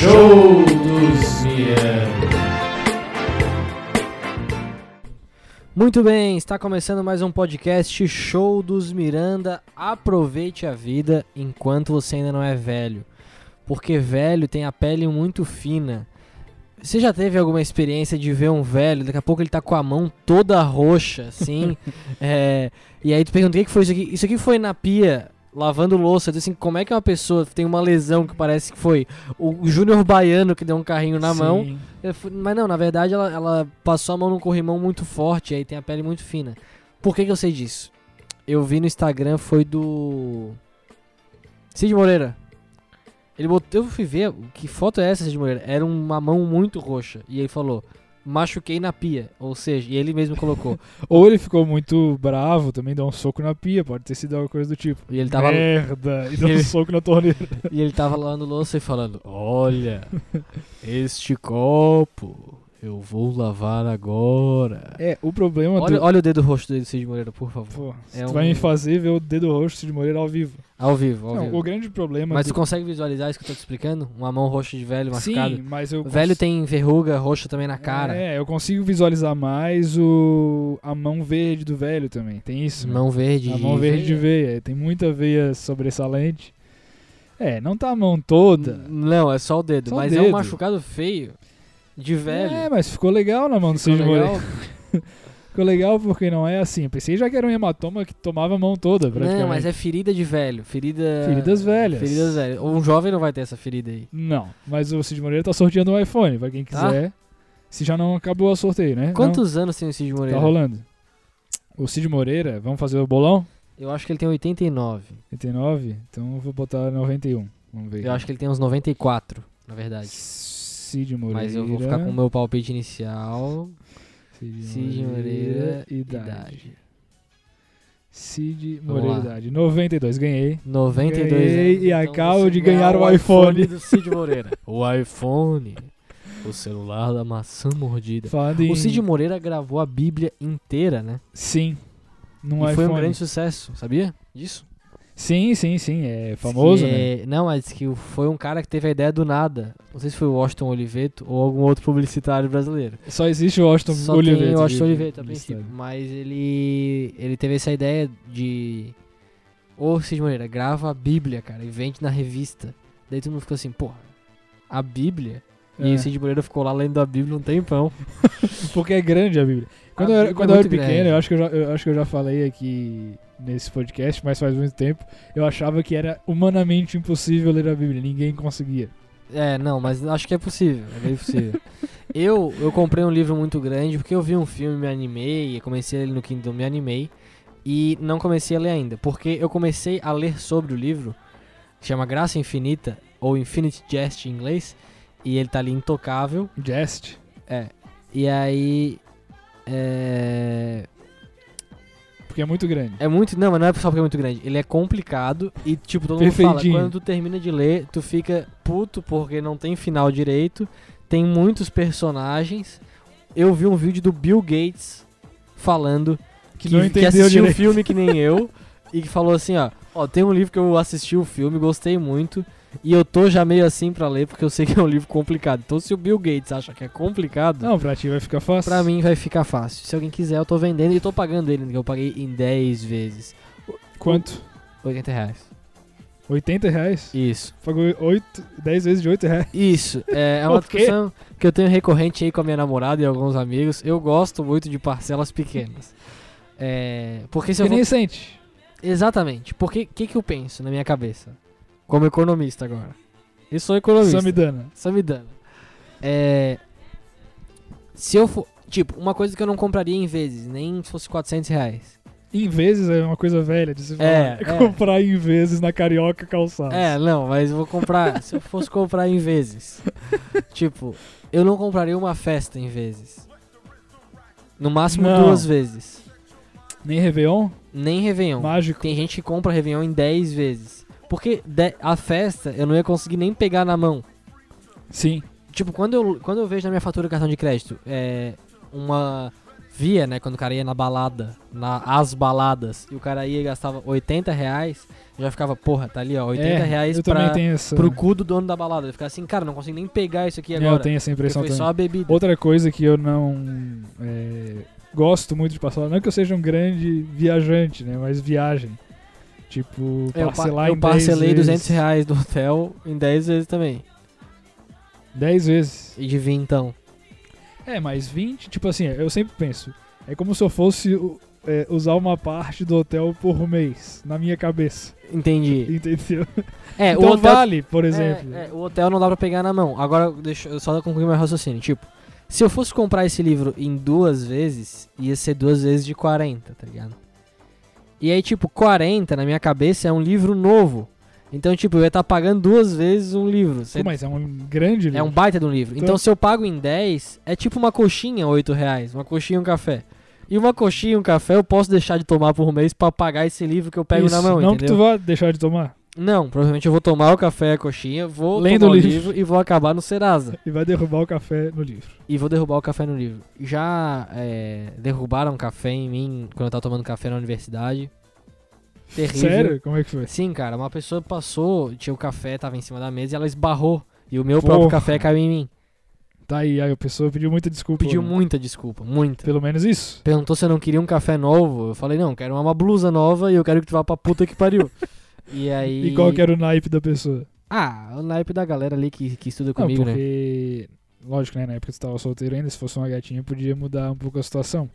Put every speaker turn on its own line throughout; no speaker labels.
Show dos Mier.
Muito bem, está começando mais um podcast Show dos Miranda. Aproveite a vida enquanto você ainda não é velho, porque velho tem a pele muito fina. Você já teve alguma experiência de ver um velho, daqui a pouco ele tá com a mão toda roxa, assim, é, e aí tu pergunta, o que que foi isso aqui? Isso aqui foi na pia, lavando louça, Eu disse assim, como é que uma pessoa tem uma lesão que parece que foi o Júnior Baiano que deu um carrinho na mão, eu fui- Mas não, na verdade ela, ela passou a mão num corrimão muito forte, aí tem a pele muito fina. Por que, que eu sei disso? Eu vi no Instagram, foi do. Cid Moreira. Ele botou. Eu fui ver que foto é essa, Cid Moreira. Era uma mão muito roxa. E ele falou: machuquei na pia. Ou seja, e ele mesmo colocou.
Ou ele ficou muito bravo, também deu um soco na pia, pode ter sido alguma coisa do tipo.
E ele tava, e
Merda! E deu um
Ele-
soco na torneira.
ele tava lavando louça e falando: Olha, este copo eu vou lavar agora.
É, o problema
Olha,
do...
olha o dedo roxo do Cid Moreira, por favor.
Pô, se
é
tu
um-
vai me fazer ver o dedo roxo de Moreira ao vivo.
Ao vivo, ao
Não,
vivo.
o grande problema...
Mas
do...
tu consegue visualizar isso que eu tô te explicando? Uma mão roxa de velho machucado.
Sim, mas eu...
O velho
cons-
tem verruga roxa também na cara.
É, eu consigo visualizar mais o... a mão verde do velho também, tem isso? né?
Mão verde.
A mão verde de veia. Tem muita veia sobressalente. É, não tá a mão toda.
Não, é só o dedo.
Só o
mas é um
dedo.
machucado feio. De velho.
É, mas ficou legal na mão do
Ficou
Cid Moreira.
legal.
Ficou legal porque não é assim. Eu pensei já que era um hematoma que tomava a mão toda, praticamente.
Não, mas é ferida de velho. Ferida.
Feridas velhas.
Feridas velhas. Um jovem não vai ter essa ferida aí.
Não, mas o Cid Moreira tá sorteando um iPhone, pra quem
Tá?
quiser. Se já não acabou o sorteio, né?
Quantos anos tem o Cid
não,
Moreira?
tá rolando? O Cid Moreira, vamos fazer o bolão?
Eu acho que ele tem 89.
89? Então eu vou botar 91. Vamos ver.
Eu acho que ele tem uns 94, na verdade.
Cid Moreira.
Mas eu vou ficar com o meu palpite inicial.
Cid,
Cid Moreira,
Moreira,
idade.
idade. Cid
Vamos
Moreira,
lá.
idade. 92, ganhei.
92
Ganhei
anos.
e
Então
acabo
você
de
ganha
ganhar o iPhone.
do Cid Moreira. o iPhone. O celular da maçã mordida.
Falando em...
O Cid Moreira gravou a Bíblia inteira, né?
Sim. Num
e
iPhone.
foi um grande sucesso, sabia? Disso?
Sim, sim, sim. É famoso, né?
que, Não, mas diz que foi um cara que teve a ideia do nada. Não sei se foi o Washington Oliveto ou algum outro publicitário brasileiro.
Só existe o Washington
Só
Oliveto.
tem o Washington
de-
Oliveto a
de
tá, princípio.
história.
Mas ele, ele teve essa ideia de... Ô, Cid Moreira, grava a Bíblia, cara, e vende na revista. Daí todo mundo ficou assim, porra, a Bíblia? E
É,
o Cid Moreira ficou lá lendo a Bíblia um tempão.
Porque é grande a Bíblia. Quando
A Bíblia
eu era, quando
é
eu era
muito
pequeno,
grande.
eu acho, que eu, já, eu acho que eu já falei aqui nesse podcast, mas faz muito tempo, eu achava que era humanamente impossível ler a Bíblia. Ninguém conseguia.
É, não, mas acho que é possível. É bem possível. eu, eu comprei um livro muito grande porque eu vi um filme, me animei, e comecei a ler no Kindle, me animei. E não comecei a ler ainda, porque eu comecei a ler sobre o livro, que chama Graça Infinita, ou Infinite Jest em inglês, e ele tá ali intocável.
Jest.
E aí. É.
Porque é muito grande.
É muito. Não, mas não é só porque é muito grande. Ele é complicado e, tipo, todo mundo fala.
Perfeitinho.
Quando tu termina de ler, tu fica puto porque não tem final direito. Tem muitos personagens. Eu vi um vídeo do Bill Gates falando que,
Que não
que
entendeu
assistiu o
direito.
filme que nem eu e que falou assim: ó, ó, tem um livro que eu assisti o filme, gostei muito. E eu tô já meio assim pra ler porque eu sei que é um livro complicado. Então, se o Bill Gates acha que é complicado.
Não, pra ti vai ficar fácil.
Pra mim vai ficar fácil. Se alguém quiser, eu tô vendendo e tô pagando ele, que eu paguei em 10 vezes.
Quanto?
80 reais.
80 reais?
Isso.
Pagou 8, 10 vezes de 8 reais.
Isso. É, é uma
Por quê?
discussão que eu tenho recorrente aí com a minha namorada e alguns amigos. Eu gosto muito de parcelas pequenas. É, porque se
Que
eu vou...
nem sente.
Exatamente. Porque o que, que eu penso na minha cabeça? Como economista agora. Eu sou economista.
Samidana.
Samidana. É. Se eu for. Tipo, uma coisa que eu não compraria em vezes, nem se fosse 400 reais.
Em vezes é uma coisa velha de se falar.
É, é.
Comprar em vezes na carioca calçados.
É, não, mas eu vou comprar. se eu fosse comprar em vezes. tipo, eu não compraria uma festa em vezes. No máximo
Não.
duas vezes.
Nem Réveillon?
nem Réveillon.
Mágico.
Tem gente que compra Réveillon em 10 vezes. Porque de- a festa eu não ia conseguir nem pegar na mão.
Sim.
Tipo, quando eu, quando eu vejo na minha fatura do cartão de crédito, é uma via, né? Quando o cara ia na balada, na, as baladas, e o cara ia e gastava 80 reais, eu já ficava, porra, tá ali, ó, 80
É,
reais
eu também
pra,
tenho essa.
pro cu do dono da balada. Eu ficava assim, cara, não consigo nem pegar isso aqui
É,
agora.
eu tenho essa
porque
impressão
foi
também.
só a bebida.
Outra coisa que eu não é, gosto muito de parcelar, não que eu seja um grande viajante, né? Mas viagem. Tipo,
É, eu,
parcelar
pa- eu
em 10
parcelei 200
vezes.
reais do hotel em 10 vezes também.
10 vezes.
E de vir então.
É, mas 20, tipo assim, eu sempre penso. É como se eu fosse o- é, usar uma parte do hotel por mês, na minha cabeça.
Entendi.
Entendeu?
É,
então
o hotel
vale, por exemplo.
É, é, o hotel não dá pra pegar na mão. Agora, deixa eu só concluir meu raciocínio. Tipo, se eu fosse comprar esse livro em duas vezes, ia ser duas vezes de 40, tá ligado? E aí, tipo, 40 na minha cabeça é um livro novo. Então, tipo, eu ia estar pagando duas vezes um livro.
Pô, mas é um grande
É
livro.
um baita de um livro. Então,
Então-
se eu pago em 10, é tipo uma coxinha, 8 reais. Uma coxinha e um café. E uma coxinha e um café eu posso deixar de tomar por um mês pra pagar esse livro que eu pego
Isso,
na mão,
Não
entendeu?
que tu vá deixar de tomar.
Não, provavelmente eu vou tomar o café e a coxinha, vou
Lendo
tomar o
o livro.
livro e vou acabar no Serasa.
E vai derrubar o café no livro.
E vou derrubar o café no livro. Já é, derrubaram café em mim quando eu tava tomando café na universidade. Terrível.
Sério? Como é que foi?
Sim, cara, uma pessoa passou, tinha o café, tava em cima da mesa e ela esbarrou. E o meu
Porra.
próprio café caiu em mim.
Tá aí, aí a pessoa pediu muita desculpa.
Pediu
né?
muita desculpa, muita.
Pelo menos isso.
Perguntou se eu não queria um café novo. Eu falei, não, quero uma blusa nova e eu quero que tu vá pra puta que pariu. e aí.
E, qual que era o naipe da pessoa?
Ah, o naipe da galera ali que, que estuda
Não,
comigo, né?
porque. Lógico, né? Na época que tu tava solteiro ainda, se fosse uma gatinha, podia mudar um pouco a situação.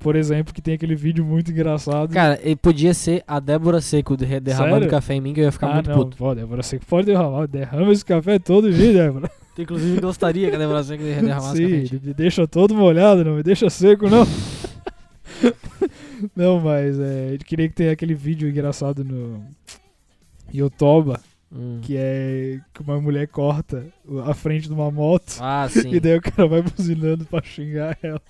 Por exemplo, que tem aquele vídeo muito engraçado.
Cara, ele podia ser a Débora Seco derre- derramando
Sério?
café em mim que eu ia ficar
ah,
muito
não.
puto.
Pô, Débora, você pode derramar. Derrama esse café todo dia, Débora.
Tu, Inclusive gostaria que a Débora Seco derramasse
Sim,
café em ti.
ele me deixa todo molhado, não me deixa seco, não. não, mas é. Eu queria que tenha aquele vídeo engraçado no. Yotoba,
Hum.
que é que uma mulher corta a frente de uma moto
Ah, sim.
E daí o cara vai buzinando pra xingar ela.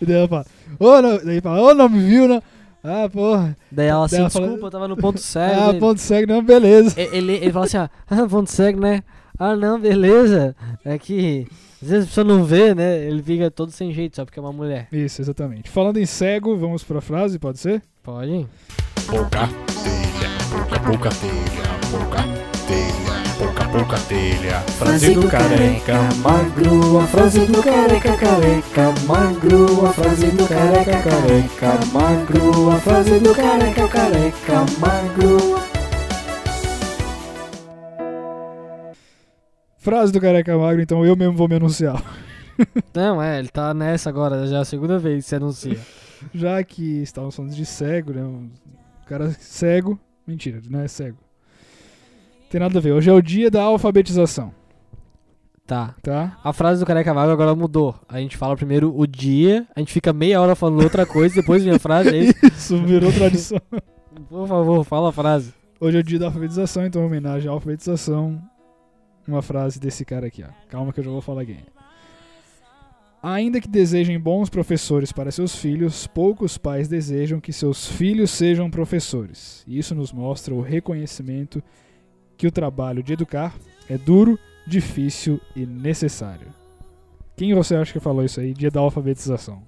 E daí ela fala, ô, não... daí fala, ô, não me viu, não. Ah, porra.
Daí ela assim,
Daí ela fala-
desculpa, eu tava no ponto cego.
ah,
Ele-
ponto cego, não, beleza.
E- Ele, ele fala assim, ó, ah, ponto cego, né? Ah, não, beleza. É que às vezes a pessoa não vê, né? Ele fica todo sem jeito, só porque é uma mulher.
Isso, exatamente. Falando em cego, vamos pra frase, pode ser?
Pode?
pouca telha, pouca pouca telha, pouca telha, pouca pouca telha.
Frase do careca magro, a frase do careca careca magro, a frase do careca careca magro, a frase do careca careca magro.
Frase do Careca Magro, então eu mesmo vou me anunciar.
Não, é, ele tá nessa agora, já é a segunda vez que você anuncia.
Já que estávamos falando de cego, né? Um cara cego. Mentira, não é cego. Tem nada a ver. Hoje é o dia da alfabetização,
Tá.
tá?
A frase do careca magro agora mudou. A gente fala primeiro o dia, a gente fica meia hora falando outra coisa, depois vem a frase, é isso?
Isso virou tradição.
Por favor, fala a frase.
Hoje é o dia da alfabetização, então em homenagem à alfabetização. Uma frase desse cara aqui, ó. Calma que eu já vou falar quem é. Ainda que desejem bons professores para seus filhos, poucos pais desejam que seus filhos sejam professores. E Isso nos mostra o reconhecimento que o trabalho de educar é duro, difícil e necessário. Quem você acha que falou isso aí? Dia da alfabetização.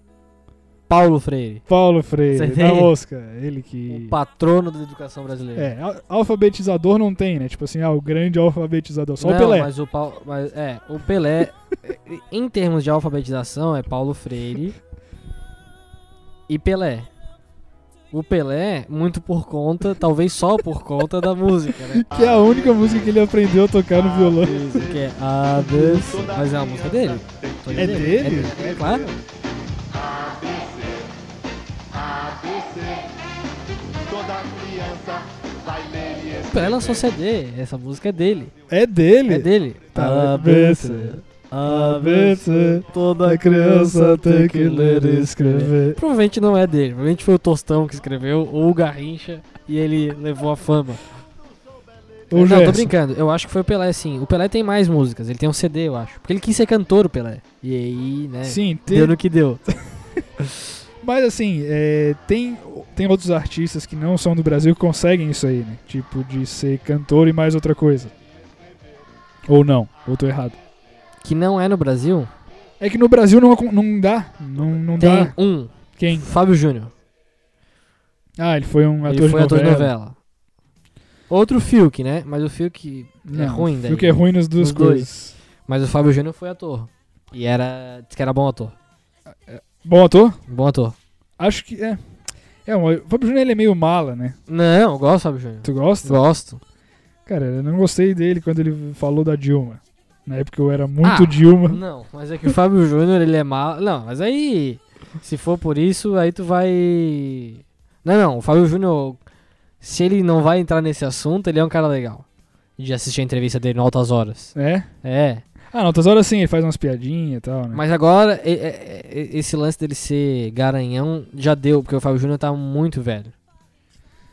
Paulo Freire,
Paulo Freire,
Acertei.
da mosca. Ele que.
o patrono da educação brasileira.
É, al- alfabetizador não tem, né? Tipo assim, ah, o grande alfabetizador. Só
não,
o Pelé.
Mas o Paulo, mas, é, o Pelé, em termos de alfabetização, é Paulo Freire e Pelé. O Pelé, muito por conta, talvez só por conta da música, né?
Que é a única música que ele aprendeu a tocar
Ah,
no violão.
Que é a Deus. Mas é uma música dele.
É dele?
É, é claro.
Toda criança vai ler e
O Pelé lançou CD, essa música é dele.
É dele.
É dele.
Tá,
ABC, ABC, Ah, toda
A criança tem que ler e escrever.
Provavelmente não é dele, provavelmente foi o Tostão que escreveu, ou o Garrincha, e ele levou a fama.
Ô,
não, tô
Gerson,
brincando, eu acho que foi o Pelé sim. O Pelé tem mais músicas, ele tem um CD, eu acho. Porque ele quis ser cantor, o Pelé. E aí, né,
Sim,
deu
ter,
no que deu.
Mas assim, é, tem, tem outros artistas que não são do Brasil que conseguem isso aí, né? Tipo de ser cantor e mais outra coisa. Ou não, ou tô errado.
Que não é no Brasil?
É que no Brasil não, acon- não dá. Não, não
Tem
dá.
um,
Quem?
Fábio Júnior.
Ah, ele foi um ator,
Ele foi
de,
ator de
novela.
novela. Outro Fiuk, né? Mas o Fiuk é
Não,
ruim daí.
Fiuk é ruim nas duas
Nos dois.
coisas.
Mas o Fábio Júnior foi ator. E era. Diz que era bom ator.
Bom ator?
Bom ator.
Acho que é. É, o Fábio Júnior ele é meio mala, né?
Não, eu gosto do Fábio Júnior.
Tu gosta?
Gosto.
Cara, eu não gostei dele quando ele falou da Dilma. Na época eu era muito
Ah.
Dilma.
Não, mas é que o Fábio Júnior, ele é mal. Não, mas aí. Se for por isso, aí tu vai. Não, não, o Fábio Júnior. Se ele não vai entrar nesse assunto, ele é um cara legal. De assistir a entrevista dele no Altas Horas.
É?
É.
Ah, não, outras horas sim, ele faz umas piadinhas e tal, né?
Mas agora, e- e- e- esse lance dele ser garanhão já deu, porque o Fábio Júnior tá muito velho.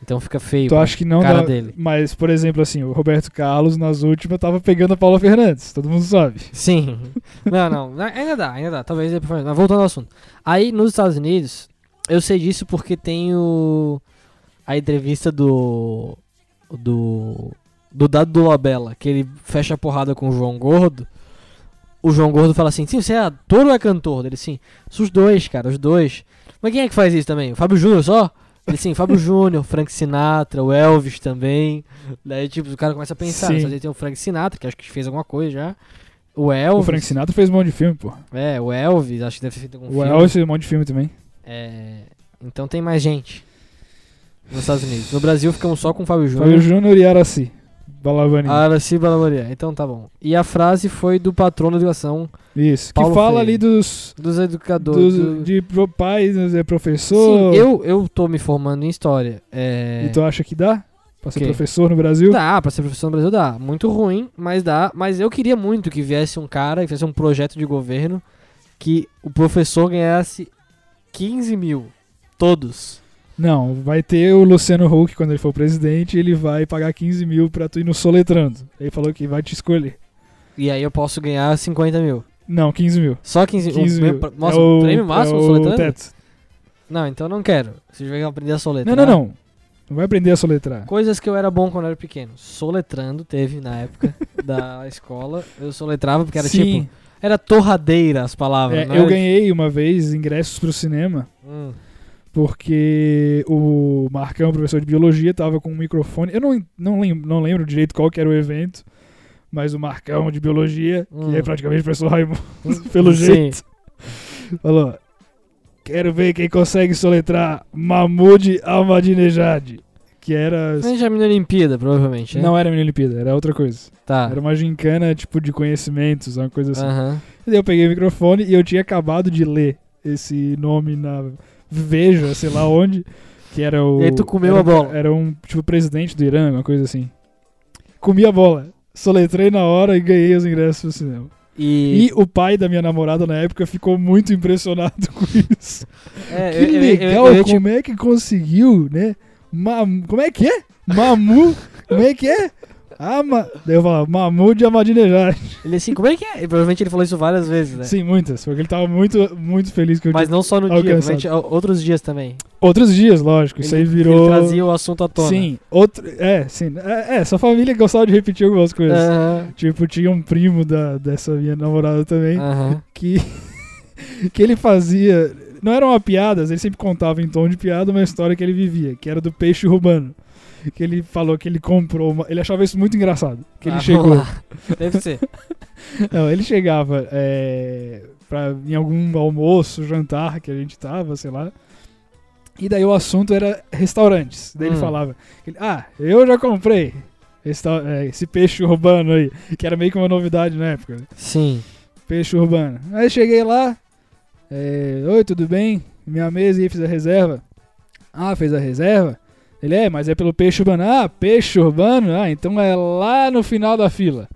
Então fica feio.
Tu acha que não
cara
dá-
dele.
Mas, por exemplo, assim, o Roberto Carlos nas últimas tava pegando a Paula Fernandes, todo mundo sabe.
Sim. Não, não. Na- Ainda dá, ainda dá. Talvez depois. Mas voltando ao assunto. Aí nos Estados Unidos, eu sei disso porque tem o. A entrevista do. Do. Do Dado do Labella, que ele fecha a porrada com o João Gordo. O João Gordo fala assim: Sim, você é ator ou é cantor? Ele sim. Os dois, cara, os dois. Mas quem é que faz isso também? O Fábio Júnior só? Ele sim, Fábio Júnior, Frank Sinatra, o Elvis também. Daí, tipo, o cara começa a pensar.
Sim.
Só que tem o Frank Sinatra, que acho que fez alguma coisa já. O Elvis.
O Frank Sinatra fez um monte de filme, pô.
É, o Elvis, acho que deve ter feito algum
o
filme.
Elvis fez um monte de filme também.
É, então tem mais gente nos Estados Unidos. No Brasil ficamos só com o Fábio
Fábio
Júnior. Ah,
Júnior e Araci. Balavani.
Araci Balamoria. Então tá bom. E a frase foi do patrono da educação
Isso.
Paulo
que fala
Freire.
ali dos.
dos educadores.
dos
do-
De pro- pais, é professor.
Sim, eu, eu tô me formando em história. É...
E tu Então, acha que dá? Pra ser
Ok. Tá.
professor no Brasil?
Dá, pra ser professor no Brasil dá. Muito ruim, mas dá. Mas eu queria muito que viesse um cara, que fizesse um projeto de governo, que o professor ganhasse 15 mil. Todos.
Não, vai ter o Luciano Huck quando ele for presidente, ele vai pagar 15 mil pra tu ir no Soletrando. Ele falou que vai te escolher.
E aí eu posso ganhar 50 mil.
Não, 15 mil.
Só 15,
15
o
mil.
meu pra- Nossa,
É
o prêmio máximo
é
do
o
soletrando?
teto.
Não, então eu não quero. Se tiver que aprender a
Não,
soletrar.
não, não. Não vai aprender a soletrar.
Coisas que eu era bom quando eu era pequeno. Soletrando teve na época da escola. Eu soletrava porque era
Sim,
tipo. Era torradeira as palavras.
é,
não
eu
era-
ganhei uma vez ingressos pro cinema
Hum.
porque o Marcão, professor de biologia, tava com um microfone. Eu não, não, lem- não lembro direito qual que era o evento, mas o Marcão de biologia,
Hum.
que é praticamente o professor Raimundo, pelo jeito,
Sim.
falou: Quero ver quem consegue soletrar Mahmoud Ahmadinejad. Que era.
Mas a gente já me na Olimpíada, provavelmente. Né?
Não era a Mini Olimpíada, era outra coisa.
Tá.
Era uma gincana, tipo, de conhecimentos, uma coisa assim.
Aham.
E daí eu peguei o microfone e eu tinha acabado de ler esse nome na Veja, sei lá onde, que era o.
E aí tu comeu
era,
a bola.
Era um tipo presidente do Irã, uma coisa assim. Comi a bola. Soletrei na hora e ganhei os ingressos pro cinema.
E.
E o pai da minha namorada na época ficou muito impressionado com isso.
é,
que
eu- eu- eu-
legal,
eu ia te-
como é que conseguiu, né? Mam- como é que é? Mamu? como é que é? Ama... Daí eu falava, Mamu de Amadinejad.
Ele assim, como é que é? E provavelmente ele falou isso várias vezes, né?
Sim, muitas, porque ele tava muito, muito feliz que eu
Mas não só no dia,
Alcançado.
provavelmente o- outros dias também.
Outros dias, lógico. Isso
Ele-
aí virou.
Ele trazia o assunto à tona.
Sim, outro. É, sim. É, é, sua família gostava de repetir algumas coisas.
Aham.
Tipo, tinha um primo da, dessa minha namorada também
Aham.
que. que ele fazia. Não eram uma piadas, ele sempre contava em tom de piada uma história que ele vivia, que era do peixe urbano. Que ele falou que ele comprou uma. Ele achava isso muito engraçado. Que ele
Ah,
chegou.
vamos lá. Deve ser.
Não, ele chegava é, pra- em algum almoço, jantar que a gente tava, sei lá. E daí o assunto era restaurantes. Daí
Hum.
ele falava: ele, Ah, eu já comprei resta- é, esse peixe urbano aí, que era meio que uma novidade na época. né?
Sim.
Peixe urbano. Aí cheguei lá, é, oi, tudo bem? Minha mesa aí, fiz a reserva. Ah, fez a reserva? Ele é, mas é pelo peixe urbano. Ah, peixe urbano? Ah, então é lá no final da fila.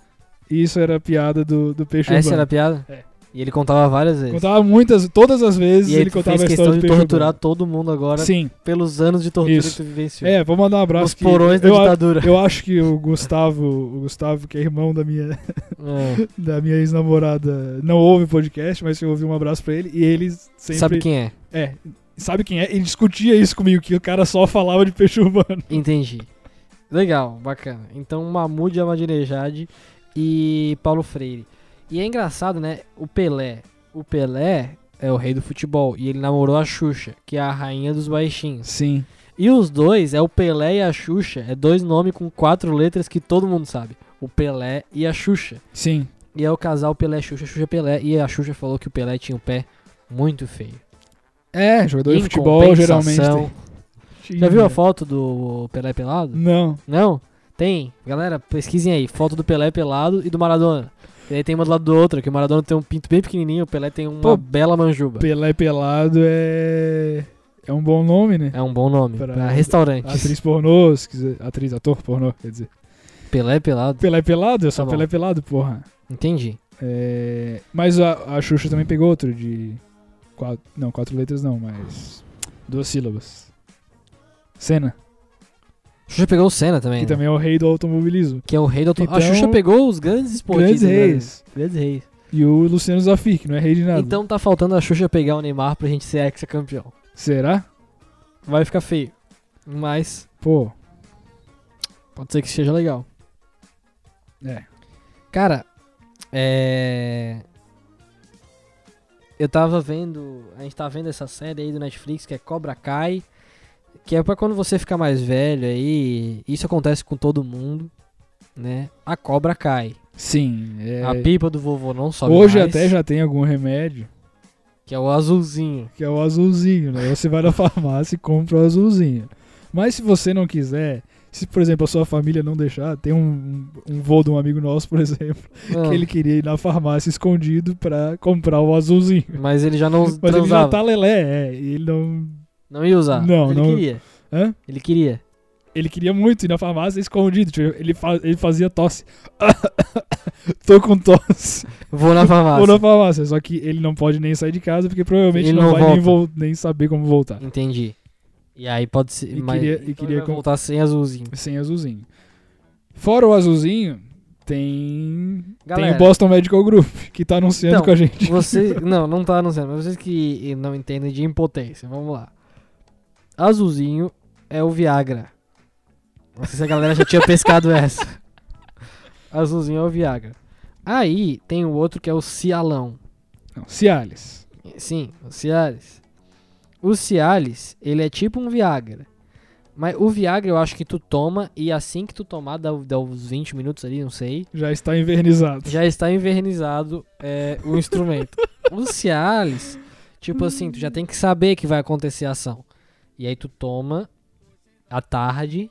Isso era a piada do, do peixe
Essa era a
urbano.
piada?
É.
E ele contava várias vezes.
Contava muitas, todas as vezes
e aí
ele
tu
contava
fez
a
questão
história do
de
peixe
torturar
urbano.
todo mundo agora
Sim,
pelos anos de tortura
Isso.
que tu vivenciou.
é, vou mandar um abraço.
Os
que
porões da
eu, a-
ditadura.
eu acho que o Gustavo, o Gustavo, que é irmão da minha,
É.
da minha ex-namorada, não ouve o podcast, mas eu ouvi um abraço pra ele e ele sempre
Sabe quem é?
É, Sabe quem é? Ele discutia isso comigo, que o cara só falava de peixe urbano.
Entendi. Legal, bacana. Então, Mahmoud Ahmadinejad e Paulo Freire. E é engraçado, né? O Pelé. O Pelé é o rei do futebol e ele namorou a Xuxa, que é a rainha dos baixinhos.
Sim.
E os dois, é o Pelé e a Xuxa, é dois nomes com quatro letras que todo mundo sabe. O Pelé e a Xuxa.
Sim.
E é o casal Pelé Xuxa, Xuxa Pelé. E a Xuxa falou que o Pelé tinha um pé muito feio.
É, jogador de
Em
futebol geralmente.
compensação-
tem.
Já viu a foto do Pelé pelado?
Não.
Não? Tem. Galera, pesquisem aí. Foto do Pelé pelado e do Maradona. E aí tem uma do lado do outro, que o Maradona tem um pinto bem pequenininho, o Pelé tem uma
Pô,
bela manjuba.
Pelé Pelado é. É um bom nome, né?
É um bom nome
Pra-
pra, restaurantes.
Atriz pornô, se quiser. Atriz, ator pornô, quer dizer.
Pelé pelado.
Pelé Pelado, eu sou
Tá bom.
Pelé Pelado, porra.
Entendi.
É, Mas a, a Xuxa também pegou outro de. Quatro... Não, quatro letras não, mas. Duas sílabas. Cena,
Xuxa pegou o Senna também,
que
né?
também é o rei do automobilismo.
Que é o rei do auto... A
Então,
Xuxa pegou os grandes esportistas.
Grandes
né?
reis.
Grandes reis.
E o Luciano Zafir, que não é rei de nada.
Então tá faltando a Xuxa pegar o Neymar pra gente ser ex-campeão.
Será?
Vai ficar feio. Mas
Pô,
pode ser que seja legal.
é.
Cara, é. Eu tava vendo. A gente tá vendo essa série aí do Netflix que é Cobra Kai. Que é pra quando você ficar mais velho aí. Isso acontece com todo mundo, né? A cobra cai.
Sim. é-
A pipa do vovô não sobe.
Hoje
mais,
até já tem algum remédio,
Que é o azulzinho.
que é o azulzinho, né? Você vai na farmácia e compra o azulzinho. Mas se você não quiser, se por exemplo a sua família não deixar, tem um, um voo de um amigo nosso, por exemplo,
Ah,
que ele queria ir na farmácia escondido pra comprar o azulzinho.
Mas ele já não
Mas ele
transava.
já tá lelé, é, e ele não...
Não ia usar.
Não,
ele
não-
queria.
Hã?
Ele queria.
Ele queria muito ir na farmácia escondido, tipo, ele, fa- ele fazia tosse. Tô com tosse.
Vou na farmácia.
Ou na farmácia, só que ele não pode nem sair de casa, porque provavelmente
Ele
não,
não
vai nem,
volta.
vol- nem saber como voltar.
Entendi. E aí pode ser.
E
mas
queria- e
então ele
queria
vai
com-
voltar sem azulzinho.
Sem azulzinho. Fora o azulzinho, tem.
Galera.
Tem o Boston Medical Group, que tá anunciando
Então,
com a gente.
Você. Não, não tá anunciando. Mas vocês que não entendem de impotência, vamos lá. Azulzinho é o Viagra. Não sei se a galera já tinha pescado essa. Azulzinho é o Viagra. Aí tem o outro que é o Cialão.
Não, Cialis.
Sim, o Cialis. O Cialis, ele é tipo um Viagra. Mas o Viagra eu acho que tu toma e assim que tu tomar, dá, dá uns 20 minutos ali, não sei,
Já está invernizado.
já está invernizado é, o instrumento. o Cialis, tipo assim, tu já tem que saber que vai acontecer a ação. E aí tu toma à tarde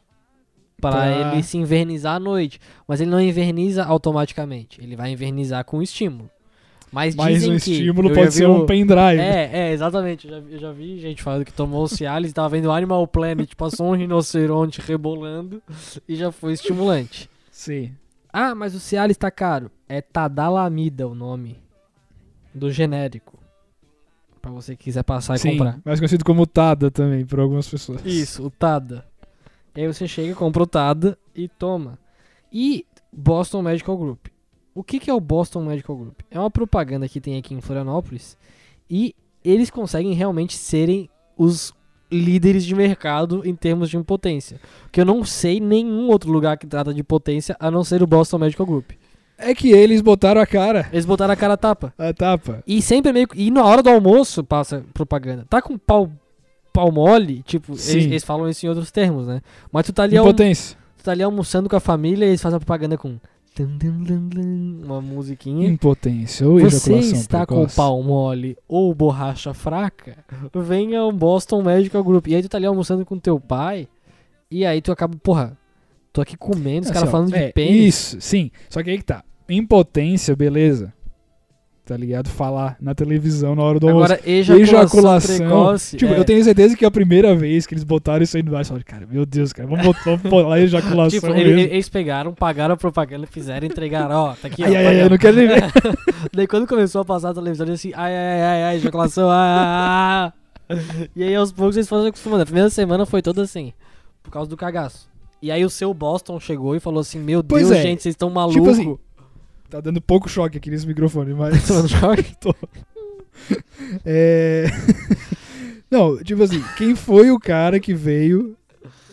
para
Pra-
ele se invernizar à noite. Mas ele não inverniza automaticamente, ele vai invernizar com estímulo. Mas,
Mas
dizem
o
que-
estímulo
eu já
pode
vi
ser
o-
um pendrive.
é, é, exatamente. Eu já, eu já vi gente falando que tomou o Cialis, tava vendo Animal Planet, passou um rinoceronte rebolando e já foi estimulante.
Sim.
Ah, mas o Cialis tá caro. É Tadalamida o nome do genérico. Pra você que quiser passar e
Sim,
comprar.
mas conhecido como Tada também, por algumas pessoas.
Isso, o Tada. E aí você chega, compra o Tada e toma. E Boston Medical Group. O que, que é o Boston Medical Group? É uma propaganda que tem aqui em Florianópolis e eles conseguem realmente serem os líderes de mercado em termos de impotência. Que eu não sei nenhum outro lugar que trata de potência a não ser o Boston Medical Group.
É que eles botaram a cara,
Eles botaram a cara a tapa.
a tapa.
E sempre é meio. que- E na hora do almoço passa propaganda. Tá com pau, pau mole? Tipo, eles,
Sim.
eles falam isso em outros termos, né? Mas tu tá ali, almo-
Impotência.
tu tá ali almoçando com a família e eles fazem a propaganda com. tum, tum, tum, tum, Uma musiquinha.
Impotência ou
Você
ejaculação
está com o
precoce.
pau mole ou borracha fraca? Venha ao Boston Medical Group. E aí tu tá ali almoçando com teu pai. E aí tu acaba, porra, tô aqui comendo, os
É,
caras
só-
falando de
é,
pênis.
Isso, sim. Só que aí que tá. Impotência, beleza. Tá ligado? Falar na televisão na hora do almoço.
Agora, ejaculação,
ejaculação,
precoce.
Tipo,
é.
eu tenho certeza que a primeira vez que eles botaram isso aí no bairro, falaram, cara, meu Deus, cara, vamos botar vamos botar ejaculação
Tipo, ele-
é mesmo.
ele- eles pegaram, pagaram a propaganda, fizeram, entregaram, ó, tá aqui, ó.
ai, ai, ai,
pagando.
eu não quero nem ver.
Daí quando começou a passar a televisão, eles assim, ai, ai, ai, ai, ejaculação, ah, ah, ah. E aí aos poucos eles foram se acostumando. A primeira semana foi toda assim, por causa do cagaço. E aí o seu Boston chegou e falou assim, meu
Pois
Deus,
é.
gente, vocês estão malucos.
Tipo assim, tá dando pouco choque aqui nesse microfone, mas...
Tomando choque.
É... Não, tipo assim, quem foi o cara que veio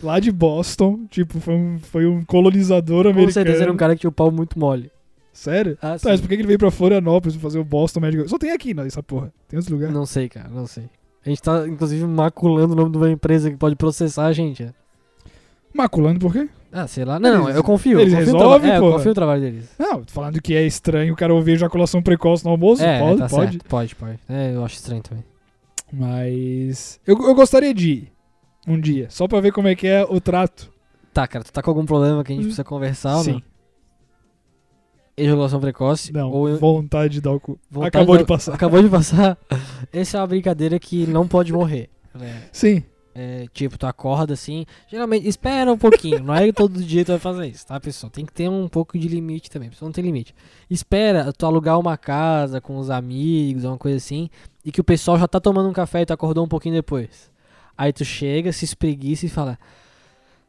lá de Boston? Tipo, foi um, foi um colonizador americano.
Com certeza era um cara que tinha o pau muito mole.
Sério?
Ah,
Tá, mas por que que ele veio pra Florianópolis pra fazer o Boston Medical? Só tem aqui, não, essa porra. Tem outros lugares.
Não sei, cara, não sei. A gente tá, inclusive, maculando o nome de uma empresa que pode processar a gente. né?
Maculando por quê?
Ah, sei lá. Não, não,
Eles-
eu confio.
eles
eu confio no
resolvem,
trabalho- é, eu
porra.
confio no trabalho deles.
Não, tô falando que é estranho o cara ouvir ejaculação precoce no almoço.
É,
pode,
tá
pode.
certo. Pode, pode. É, eu acho estranho também.
Mas. Eu, eu gostaria de ir um dia, só pra ver como é que é o trato.
Tá, cara, tu tá com algum problema que a gente
Hum.
precisa conversar ou não?
Sim.
Ejaculação precoce
Não,
ou
vontade de dar o cu.
Vontade
Acabou
da-
de passar.
Acabou de passar. Essa é uma brincadeira que não pode morrer. né?
Sim.
É, tipo, tu acorda assim. Geralmente, espera um pouquinho. Não é que todo dia tu vai fazer isso, tá, pessoal? Tem que ter um pouco de limite também. Pessoal, não tem limite. Espera tu alugar uma casa com os amigos, uma coisa assim. E que o pessoal já tá tomando um café e tu acordou um pouquinho depois. Aí tu chega, se espreguiça e fala: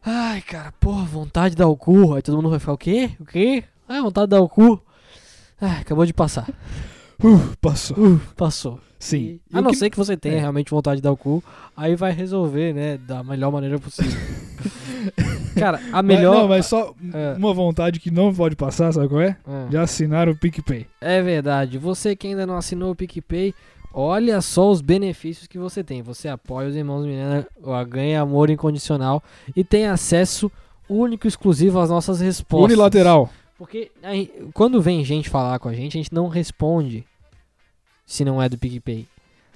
Ai, cara, porra, vontade de dar o cu. Aí todo mundo vai ficar: O quê? O quê? Ah, vontade de dar o cu. Ai, acabou de passar.
Uh, passou.
Passou.
Sim. E
A
o
não
que-
ser que você tenha
é.
realmente vontade de dar o cu, aí vai resolver, né, da melhor maneira possível. Cara, a
Mas-
melhor.
Não, mas só
É.
uma vontade que não pode passar, sabe qual é?
Ah,
De assinar o PicPay.
É verdade. Você que ainda não assinou o PicPay, olha só os benefícios que você tem. Você apoia os irmãos Miranda, ó, ganha amor incondicional e tem acesso único e exclusivo às nossas respostas.
Unilateral.
Porque aí, quando vem gente falar com a gente, a gente não responde se não é do PicPay.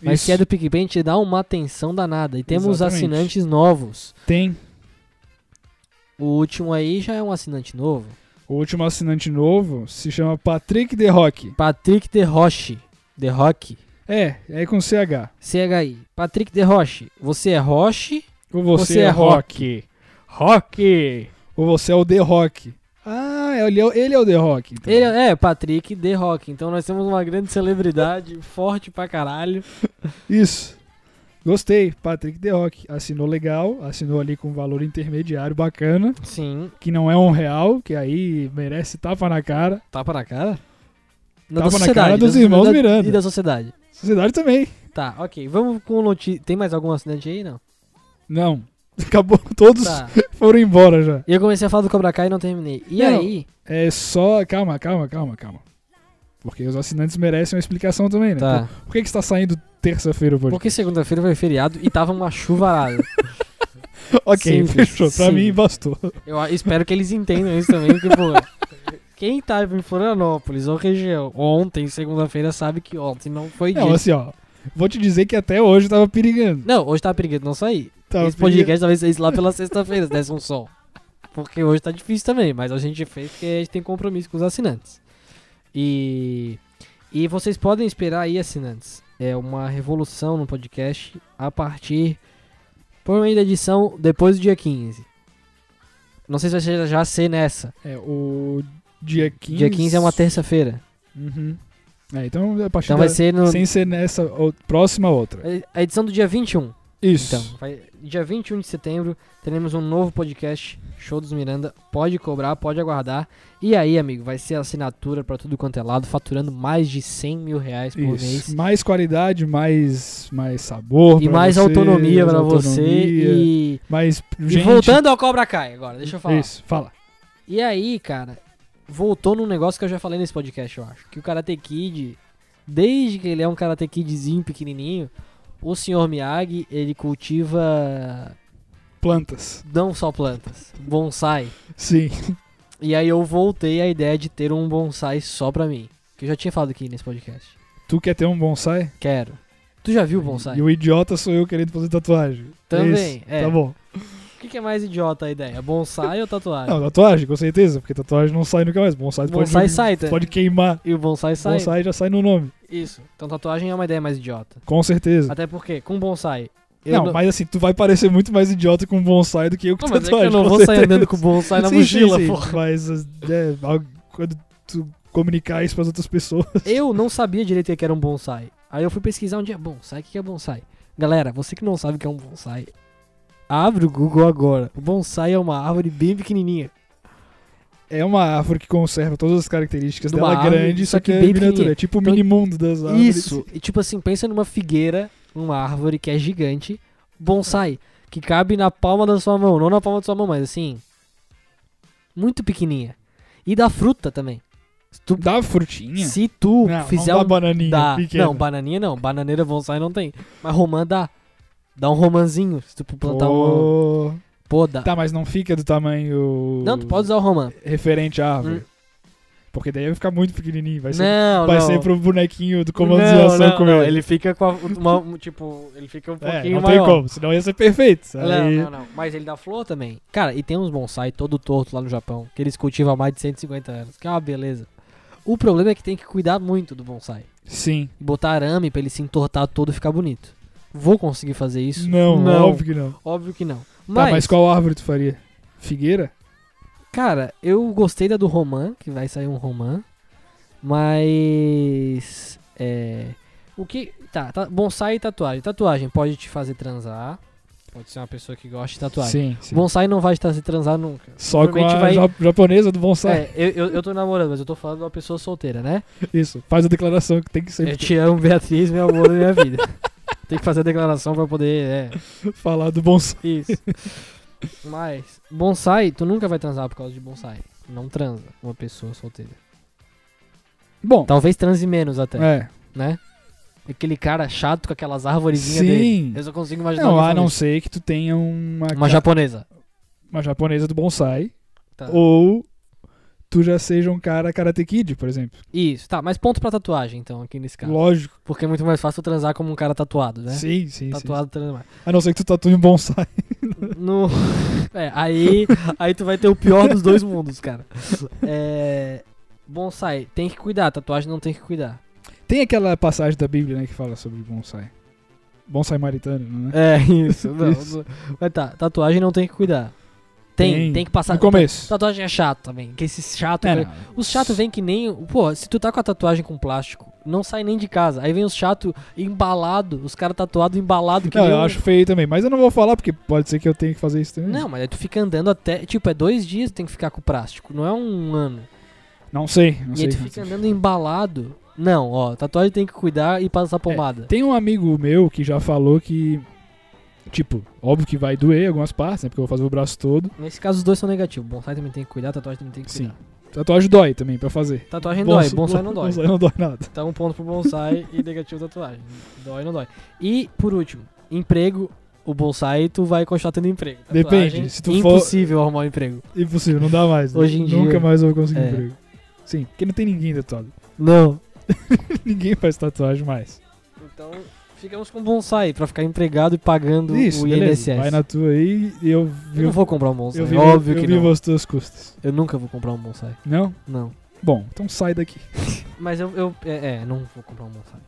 Mas
Isso.
se é do PicPay, a gente dá uma atenção danada. E temos
Exatamente.
assinantes novos.
Tem.
O último aí já é um assinante novo.
O último assinante novo se chama Patrick The Rock.
Patrick De Roche. De Roque.
É, é com CH.
CHI. Patrick De Roche. Você é Roche?
Ou você,
Você é
é rock.
Roque!
Ou você é o The Rock. Ah, ele é, o- ele é o The Rock. então.
Ele é é, Patrick De Roque. Então nós temos uma grande celebridade, forte pra caralho.
Isso. Gostei, Patrick The Rock. Assinou legal, assinou ali com um valor intermediário bacana,
Sim.
que não é um real, que aí merece tapa na cara.
Tapa na cara? Não,
Tapa na cara dos irmãos
da-
Miranda.
E da sociedade.
Sociedade também.
Tá, ok. Vamos com notícia. Tem mais algum assinante aí? Não.
Não. Acabou, todos
Tá.
foram embora já.
E eu comecei a falar do Cobra Kai e não terminei. E
Não.
aí?
É só. Calma, calma, calma, calma. Porque os assinantes merecem uma explicação também, né?
Tá.
Por, por que, que está saindo terça-feira o podcast?
Porque segunda-feira foi feriado e tava uma chuvarada.
ok,
simples,
fechou. Pra
simples.
mim bastou.
Eu a- espero que eles entendam isso também, porque, pô. Quem tá em Florianópolis ou região ontem, segunda-feira, sabe que ontem não foi dia.
Não, assim, ó. Vou te dizer que até hoje eu tava perigando.
Não, hoje tá perigoso não sair.
Tava
Esse
perigando.
podcast talvez saísse lá pela sexta-feira, se desse um sol. Porque hoje tá difícil também, mas a gente fez porque a gente tem compromisso com os assinantes. E, e vocês podem esperar aí, assinantes. É uma revolução no podcast a partir, provavelmente, da edição depois do dia 15. Não sei se vai ser- já ser nessa.
É, o dia 15.
Dia 15 é uma terça-feira.
Uhum. É, então a partir
Então
da...
vai ser no,
Sem ser nessa ou- próxima outra.
a edição do dia 21.
Isso.
Então, vai- dia 21 de setembro, teremos um novo podcast, Show dos Miranda. Pode cobrar, pode aguardar. E aí, amigo, vai ser assinatura pra tudo quanto é lado, faturando mais de 100 mil reais por
Isso.
mês.
Mais qualidade, mais, mais sabor.
E
pra
mais
você,
autonomia pra
autonomia,
você. E,
Mais
e
gente.
voltando ao Cobra Kai agora, deixa eu falar.
Isso, fala.
E aí, cara, voltou num negócio que eu já falei nesse podcast, eu acho. Que o Karate Kid, desde que ele é um Karate Kidzinho pequenininho, o Sr. Miyagi, ele cultiva
Plantas.
não só plantas, bonsai.
Sim.
E aí eu voltei à ideia de ter um bonsai só pra mim. Que eu já tinha falado aqui nesse podcast.
Tu quer ter um bonsai?
Quero. Tu já viu o bonsai?
E o idiota sou eu querendo fazer tatuagem.
Também,
Isso,
é.
Tá bom.
O que, que é mais idiota a ideia? Bonsai ou tatuagem?
Não, tatuagem, com certeza, porque tatuagem não sai nunca mais. Bonsai,
o bonsai
pode,
sai, tá?
pode queimar.
E o bonsai sai?
Bonsai já sai no nome.
Isso. Então tatuagem é uma ideia mais idiota.
Com certeza.
Até porque, com bonsai. eu
Não, mas assim, tu vai parecer muito mais idiota com bonsai do que eu com
Não, mas é que
tatuagem.
eu não
com
vou sair
certeza.
andando com bonsai na
Sim,
mochila,
sim, sim,
pô.
Mas é, al- quando tu comunicar isso pras outras pessoas.
Eu não sabia direito o que era um bonsai. Aí eu fui pesquisar um dia, bonsai, o que que é bonsai? Galera, você que não sabe o que é um bonsai, abre o Google agora. O bonsai é uma árvore bem pequenininha.
É uma árvore que conserva todas as características
Numa
dela
árvore,
grande,
só
só
que
que é
bem
miniatura.
pequenininha.
É tipo o
Então,
mini mundo das árvores.
Isso. E tipo assim, pensa numa figueira uma árvore que é gigante, bonsai, que cabe na palma da sua mão, não na palma da sua mão, mas assim, muito pequenininha. E dá fruta também. Se tu,
Dá frutinha?
se tu
não,
fizer
não dá
um
bananinha
Dá.
pequena.
Não, bananinha não. Bananeira bonsai não tem. Mas romã dá. Dá um romanzinho. Se tu plantar uma.
Pô.
Pô, dá.
Tá, mas não fica do tamanho
Não, tu pode usar o romã.
referente à árvore. Porque daí vai ficar muito pequenininho, vai ser,
Hum. não,
vai
não.
ser pro bonequinho do comando de
não,
ação
não,
comer.
não, Ele fica com a, uma- um, tipo, ele fica um
É,
pouquinho
não
maior.
tem como, senão ia ser perfeito.
Não,
Tá Aí-
não, não. Mas ele dá flor também. Cara, e tem uns bonsai todo torto lá no Japão, que eles cultivam há mais de 150 anos, que é uma beleza. O problema é que tem que cuidar muito do bonsai.
Sim.
E botar arame pra ele se entortar todo e ficar bonito. Vou conseguir fazer isso?
Não,
Não.
óbvio que não.
Óbvio que não.
Tá, mas qual árvore tu faria? Figueira?
Cara, eu gostei da do Roman, que vai sair um Roman. Mas. É. O que. Tá, tá bonsai e tatuagem. Tatuagem pode te fazer transar. Pode ser uma pessoa que gosta de tatuagem.
Sim, sim.
Bonsai não vai te fazer transar nunca.
Só com a
provavelmente vai-
ja- japonesa do bonsai.
É, eu, eu, eu tô namorando, mas eu tô falando de uma pessoa solteira, né?
Isso, faz a declaração que tem que sempre
Eu te amo, Beatriz, meu amor da minha vida. Tem que fazer a declaração pra poder. É,
falar do bonsai.
Isso. Mas, bonsai, tu nunca vai transar por causa de bonsai. Não transa uma pessoa solteira.
Bom,
Talvez transe menos até,
é.
né? Aquele cara chato com aquelas arvorezinhas dele.
Sim.
Eu só consigo imaginar
Não,
alguém
a não
falando
ser que tu tenha uma,
isso. uma
ca-
japonesa.
uma japonesa do bonsai.
Tá.
Ou tu já seja um cara Karate Kid, por exemplo.
Isso, tá, mas ponto pra tatuagem, então, aqui nesse caso.
Lógico.
Porque é muito mais fácil transar como um cara tatuado, né?
Sim, sim,
Tatuado transa mais.
sim. A não ser que tu tatue um bonsai.
No... É, aí, aí tu vai ter o pior dos dois mundos, cara. É... Bonsai, tem que cuidar, tatuagem não tem que cuidar.
Tem aquela passagem da Bíblia, né, que fala sobre bonsai. Bonsai maritano, não é?
É, isso. Não,
Isso.
Mas tá, tatuagem não tem que cuidar. Tem, tem,
Tem.
que passar.
No começo.
Tatuagem é chato também. Que esse chato.
É,
cara-
não.
né? Os chatos vêm que nem. Pô, se tu tá com a tatuagem com plástico, não sai nem de casa. Aí vem os chatos embalado, os caras tatuados embalado que
Não,
nem
eu
um-
acho feio também, mas eu não vou falar porque pode ser que eu tenha que fazer isso também.
Não, mas aí tu fica andando até. Tipo, é dois dias que tem que ficar com o plástico, não é um ano.
Não sei, não
e
sei.
aí tu fica andando embalado. Não, ó, tatuagem tem que cuidar e passar pomada.
Tem um amigo meu que já falou que tipo, óbvio que vai doer algumas partes, né, porque eu vou fazer o braço todo.
Nesse caso, os dois são negativos. Bonsai também tem que cuidar, tatuagem também tem que
Sim.
cuidar.
Tatuagem dói também pra fazer.
Tatuagem
Bons-
dói, bonsai não dói.
Bonsai não dói nada.
Então, um ponto pro bonsai e negativo tatuagem. Dói, não dói. E, por último, emprego. O bonsai, tu vai continuar tendo emprego.
Depende,
Tatuagem,
se tu for-
impossível arrumar um emprego.
Impossível, não dá mais. né?
Hoje em dia-
Nunca mais eu vou conseguir
É.
emprego. Sim, porque não tem ninguém tatuado.
Não.
ninguém faz tatuagem mais.
Então, ficamos com bonsai pra ficar empregado e pagando
Isso,
o
beleza.
INSS.
Vai na tua aí e eu
Eu
vi.
não vou comprar um bonsai,
Eu vi,
óbvio
eu
que
vi
não.
os teus custos.
Eu nunca vou comprar um bonsai,
Não?
não.
Bom, então sai daqui.
Mas eu, eu é, é, não vou comprar um bonsai.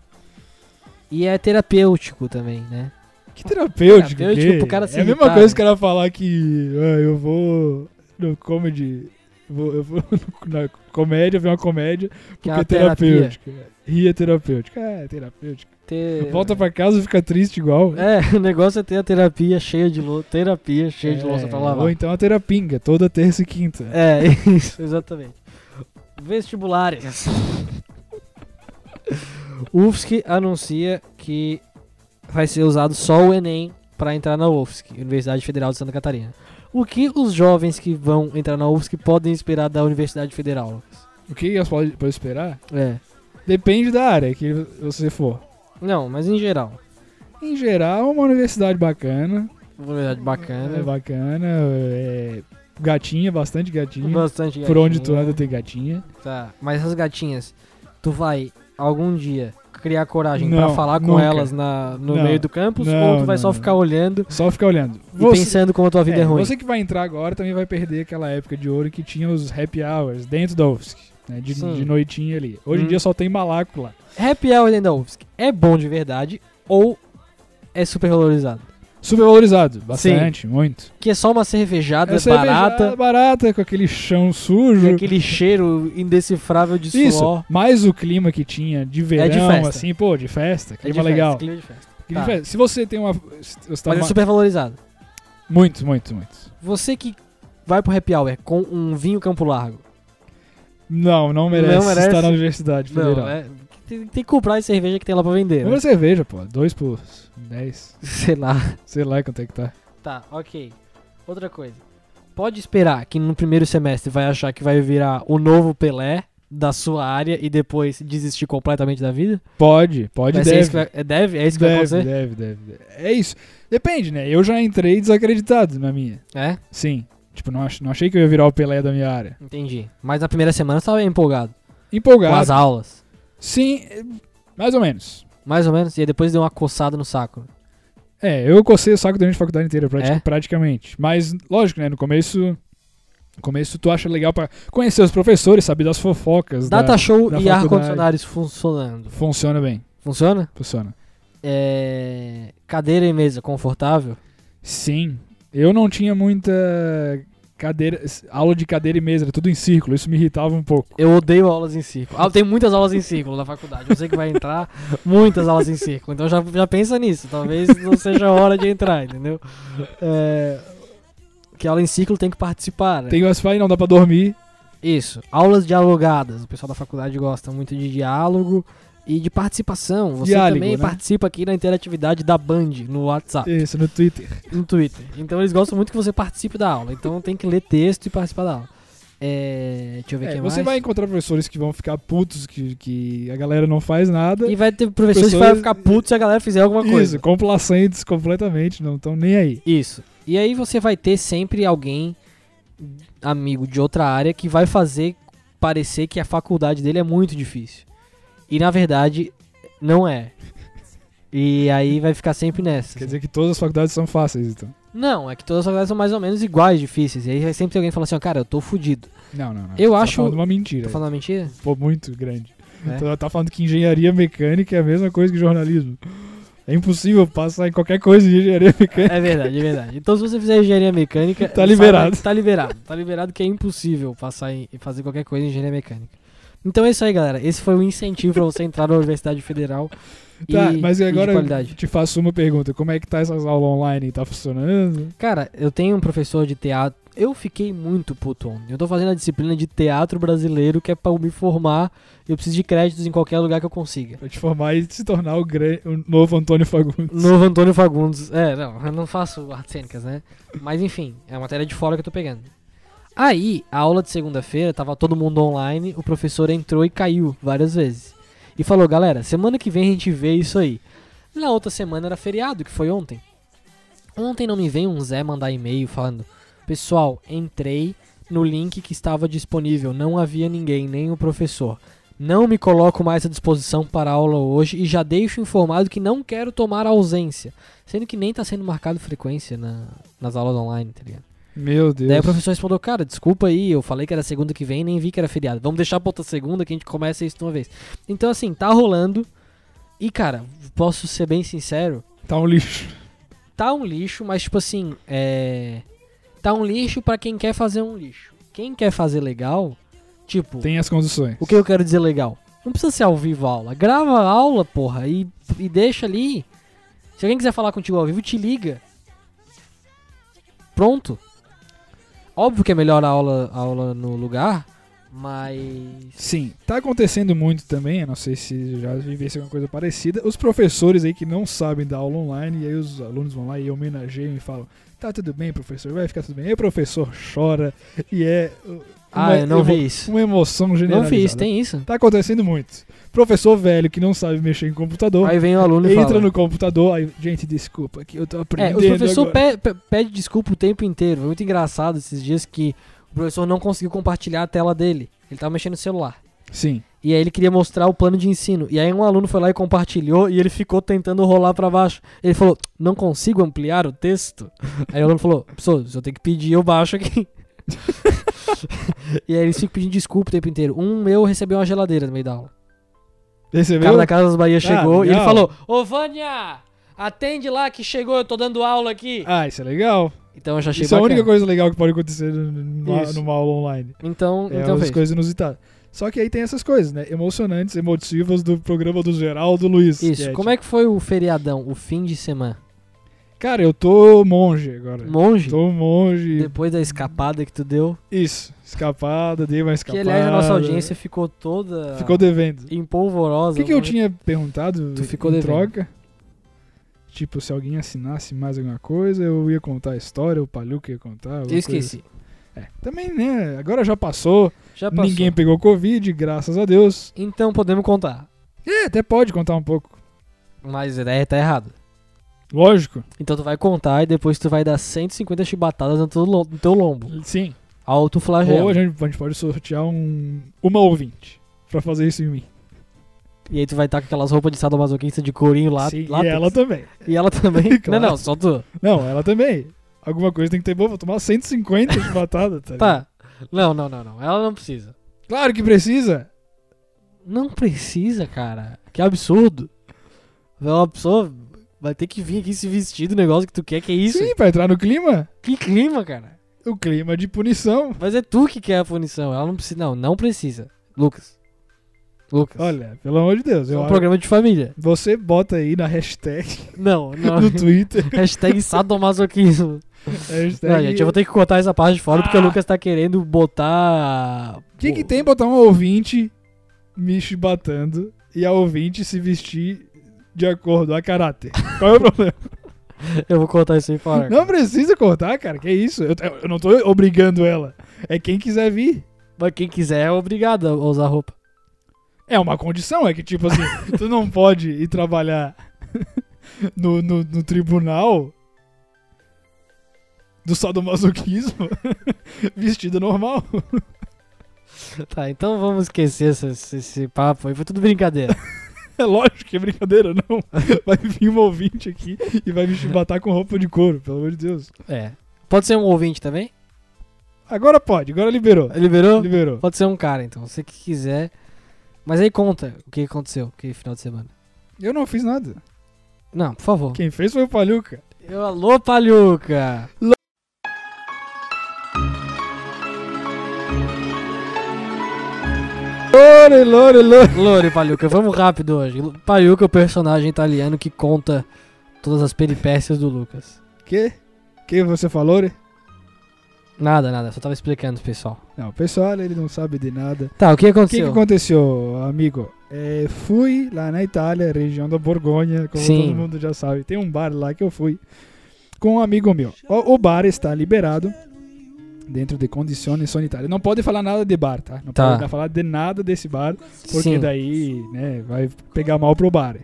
E é terapêutico também, né?
Que terapêutico,
Terapêutico
que-
pro cara se
É a
irritar,
mesma coisa
né?
que ela falar que ah, eu vou no comedy, vou- eu vou na comédia, ver uma comédia,
Que
porque
é
é,
uma terapia.
terapêutico. Ria é terapêutico. É, é terapêutico.
Ter-
Volta pra casa e fica triste igual.
É, o negócio é ter a terapia cheia de louça, terapia cheia de louça
É,
pra lavar.
Ou então a terapinga, toda terça e quinta.
É, isso, exatamente. Vestibulares. UFSC anuncia que vai ser usado só o Enem para entrar na UFSC, Universidade Federal de Santa Catarina. O que os jovens que vão entrar na UFSC podem esperar da Universidade Federal, Lucas?
O que elas podem podem esperar?
É.
Depende da área que você for.
Não, mas em geral.
Em geral, uma universidade bacana.
Uma verdade
É
bacana.
bacana. É gatinha, bastante gatinha.
Bastante
Por onde tu
gatinha.
anda tem gatinha.
Tá, mas essas gatinhas, tu vai algum dia criar coragem
Não,
pra falar com
nunca.
elas na, no
Não,
meio do campus?
não,
ou tu vai
não,
só
não.
ficar olhando
Só ficar olhando.
e pensando como a tua vida é,
é,
ruim?
você que vai entrar agora também vai perder aquela época de ouro que tinha os happy hours dentro da UFSC. né, de,
Sim.
de noitinha ali. Hoje
Hum.
em dia só tem malaco lá.
Happy Hour dentro da UFSC é bom de verdade ou é super valorizado?
Supervalorizado, bastante, muito.
Que é só uma cervejada
É cerveja
barata,
barata, com aquele chão sujo.
e aquele cheiro indecifrável de
Isso,
suor. É
mais o clima que tinha de verão,
de festa.
assim, pô, de festa,
É de
clima
festa,
legal.
clima de festa.
Clima de
Tá.
festa. Se você tem uma. se você tá
Mas é
numa-
super valorizado.
Muito, muito, muito.
Você que vai pro Happy Hour com um vinho Campo Largo.
Não, não merece,
merece?
estar na Universidade Federal.
Não, é, tem, tem que comprar as cerveja que tem lá pra vender. né?
Compra cerveja, pô. 2 por 10.
Sei lá.
Sei lá quanto é que tá.
Tá, ok. Outra coisa. Pode esperar que no primeiro semestre vai achar que vai virar o novo Pelé da sua área e depois desistir completamente da vida?
Pode, pode
vai ser
deve.
isso que vai, é, deve? É isso que vai
deve,
acontecer?
deve, deve, deve. É isso. Depende, né? Eu já entrei desacreditado na minha.
É?
Sim. Tipo, não, ach- não achei que eu ia virar o Pelé da minha área.
Entendi. Mas na primeira semana você tava empolgado com as
Empolgado.
aulas.
Sim, é, mais ou menos.
Mais ou menos. E aí depois deu uma coçada no saco.
É, eu cocei o saco durante a faculdade inteira, prati-
É?
praticamente. Mas, lógico, né? No começo. No começo tu acha legal pra conhecer os professores, saber das fofocas. da-
Data show
da
e
faculdade.
ar-condicionados funcionando.
Funciona bem.
Funciona?
Funciona.
É... Cadeira e mesa confortável?
Sim. Eu não tinha muita cadeira, aula de cadeira e mesa, era tudo em círculo, isso me irritava um pouco.
Eu odeio aulas em círculo. Ah, tem muitas aulas em círculo na faculdade. Eu sei que vai entrar muitas aulas em círculo. Então já, já pensa nisso. Talvez não seja a hora de entrar, entendeu? É... Que aula em círculo tem que participar. Né?
Tem o Wi-Fi, não dá pra dormir.
Isso. Aulas dialogadas. O pessoal da faculdade gosta muito de diálogo e de participação. Você
Diálogo,
também
né?
participa aqui na interatividade da Band no WhatsApp,
Isso, no Twitter.
no Twitter. Então eles gostam muito que você participe da aula. Então tem que ler texto e participar da aula. É... Deixa eu ver
É,
quem
você vai
mais.
encontrar professores que vão ficar putos, que, que a galera não faz nada.
E vai ter professores que
Pessoas-
vai ficar puto se a galera fizer alguma coisa.
Isso, complacentes completamente, não estão nem aí.
Isso. E aí você vai ter sempre alguém amigo de outra área que vai fazer parecer que a faculdade dele é muito difícil. E na verdade não é. E aí vai ficar sempre nessa.
Quer dizer que todas as faculdades são fáceis, então.
Não, é que todas as faculdades são mais ou menos iguais difíceis. E aí vai sempre ter alguém que fala assim, ó, cara, eu tô fudido.
Não, não, não.
Eu
Você tá
acho-
falando uma mentira.
Tô falando uma mentira?
Pô, muito grande.
É.
Tá- Tá falando que engenharia mecânica é a mesma coisa que jornalismo. É impossível passar em qualquer coisa de engenharia mecânica.
É verdade, é verdade. Então se você fizer engenharia mecânica,
Tá
saiba
liberado.
que Tá liberado. Tá liberado que é impossível passar em e fazer qualquer coisa em engenharia mecânica. Então é isso aí, galera. Esse foi um incentivo pra você entrar na Universidade Federal.
Tá,
e,
mas
e de
agora eu
qualidade.
te faço uma pergunta. Como é que tá essas aulas online? Tá funcionando?
Cara, eu tenho um professor de teatro. Eu fiquei muito puto ontem. Eu tô fazendo a disciplina de teatro brasileiro, que é pra eu me formar. Eu preciso de créditos em qualquer lugar que eu consiga.
Pra te formar e se tornar o, gran- o novo Antônio Fagundes.
Novo Antônio Fagundes. É, não, eu não faço artes cênicas, né? Mas enfim, é a matéria de fora que eu tô pegando. Aí, a aula de segunda-feira, tava todo mundo online, o professor entrou e caiu várias vezes. E falou, galera, semana que vem a gente vê isso aí. Na outra semana era feriado, que foi ontem. Ontem não me veio um Zé mandar e-mail falando, pessoal, entrei no link que estava disponível, não havia ninguém, nem o professor. Não me coloco mais à disposição para a aula hoje e já deixo informado que não quero tomar ausência. Sendo que nem está sendo marcado frequência na- nas aulas online, tá ligado?
Meu Deus.
Daí o professor respondeu, cara, desculpa aí, eu falei que era segunda que vem, nem vi que era feriado. Vamos deixar pra outra segunda que a gente começa isso de uma vez. Então, assim, tá rolando. E, cara, posso ser bem sincero,
Tá um lixo.
tá um lixo, mas tipo assim, é. Tá um lixo pra quem quer fazer um lixo. Quem quer fazer legal, tipo,
Tem as condições.
o que eu quero dizer legal? Não precisa ser ao vivo a aula. Grava a aula, porra, e, e deixa ali. Se alguém quiser falar contigo ao vivo, te liga. Pronto. Óbvio que é melhor a aula, a aula no lugar, mas.
Sim, tá acontecendo muito também, eu não sei se já vivesse alguma coisa parecida. Os professores aí que não sabem dar aula online, e aí os alunos vão lá e homenageiam e falam: Tá tudo bem, professor, vai ficar tudo bem. E o professor chora e é. uh,
Ah,
uma
eu não
emo-
vi isso.
Uma emoção
Não
generalizada.
vi isso, tem isso.
Tá acontecendo muito. Professor velho que não sabe mexer em computador,
Aí vem o aluno e
Então, entra
fala.
no computador, aí, gente, desculpa, que eu tô
É,
aprendendo.
o professor
agora."
pe- pe- pede desculpa o tempo inteiro. Foi muito engraçado esses dias que o professor não conseguiu compartilhar a tela dele. Ele tava mexendo no celular.
Sim.
E aí ele queria mostrar o plano de ensino. E aí um aluno foi lá e compartilhou e ele ficou tentando rolar pra baixo. Ele falou: "Não consigo ampliar o texto". Aí o aluno falou: "Professor, eu tenho que pedir, eu baixo aqui". e aí eles ficam pedindo desculpa o tempo inteiro. Um meu recebeu uma geladeira no meio da aula. O
Recebeu?
cara da Casa das Bahia chegou e ele
Ah, legal.
falou: "Ô Vânia, atende lá que chegou, eu tô dando aula aqui".
Ah, isso é legal.
Então eu já achei
Isso é a
bacana.
única coisa legal que pode acontecer numa,
Isso.
numa aula online.
Então,
É
então
umas
fez.
coisas inusitadas. Só que aí tem essas coisas, né? Emocionantes, emotivas do programa do Geraldo Luiz.
é Isso. Como é que foi o feriadão, o fim de semana?
Cara, eu tô monge agora.
Monge,
Tô monge.
depois da escapada que tu deu.
Isso. Escapada, dei uma
Que
escapada.
aliás a nossa audiência ficou toda
Ficou devendo. O
empolvorosa. né?
que, que eu
Vamos-
tinha perguntado
Tu ficou
em
devendo.
troca? Tipo, se alguém assinasse mais alguma coisa, eu ia contar a história, o Palhuca ia contar. alguma
Eu esqueci.
coisa. Também, né? Agora já passou,
Já passou.
ninguém pegou Covid, graças a Deus.
Então podemos contar.
É, até pode contar um pouco.
Mas a ideia tá errada.
Lógico.
Então tu vai contar e depois tu vai dar 150 chibatadas no teu, lo- no teu lombo.
Sim.
Alto flagelo.
Ou a gente, a gente pode sortear um, uma ouvinte pra fazer isso em mim.
E aí tu vai estar com aquelas roupas de sadomasoquista de courinho lá.
Sim,
lá
e ela também.
E ela também.
Claro.
Não, não, só tu.
Não, ela também. Alguma coisa tem que ter boa. Vou tomar 150 de batata. Tá. ligado?
Tá. Não, não, não, não. Ela não precisa.
Claro que precisa.
Não precisa, cara. Que absurdo. Uma pessoa vai ter que vir aqui se vestir do negócio que tu quer, que é isso?
Sim, pra entrar no clima.
Que clima, cara.
O clima de punição.
Mas é tu que quer a punição. Ela não precisa. Não, não precisa. Lucas. Lucas.
Olha, pelo amor de Deus.
É
Eu
um
acho-
programa de família.
Você bota aí na hashtag
Não, não.
do Twitter.
Hashtag sadomasoquismo.
hashtag...
Não, gente, eu vou ter que cortar essa parte de fora porque o
Ah.
Lucas tá querendo botar.
O que, que tem botar um ouvinte me chibatando e a ouvinte se vestir de acordo a caráter? Qual é o problema?
Eu vou cortar isso aí fora.
Não precisa cortar, cara. Que isso? Eu, eu não tô obrigando ela. É quem quiser vir.
Mas quem quiser é obrigado a usar roupa.
É uma condição, é que tipo assim, tu não pode ir trabalhar no, no, no tribunal do sadomasoquismo vestido normal.
Tá, então vamos esquecer esse, esse- esse papo aí. Foi tudo brincadeira.
É lógico que é brincadeira, não. Vai vir um ouvinte aqui e vai me chibatar com roupa de couro, pelo amor de Deus.
é. Pode ser um ouvinte também?
Agora pode, agora liberou.
Liberou?
Liberou.
Pode ser um cara, então. Você que quiser. Mas aí conta o que aconteceu que final de semana.
Eu não fiz nada.
Não, por favor.
Quem fez foi o Paluca.
Eu, alô, Palhuca!
Lore, lore, lore.
Lore Palhuca, vamos rápido hoje. Palhuca é o personagem italiano que conta todas as peripécias do Lucas.
Que? Que você falou, Lore?
Nada, nada, só tava explicando, pessoal.
Não, pessoal, ele não sabe de nada.
Tá, o que
O que, que
aconteceu?
aconteceu, amigo? É, fui lá na Itália, região da Borgonha, como
Sim.
todo mundo já sabe. Tem um bar lá que eu fui com um amigo meu. O, o bar está liberado dentro de condições sanitárias. Não pode falar nada de bar, tá? Não
Tá.
pode falar de nada desse bar, porque
sim,
daí né, vai pegar mal pro bar.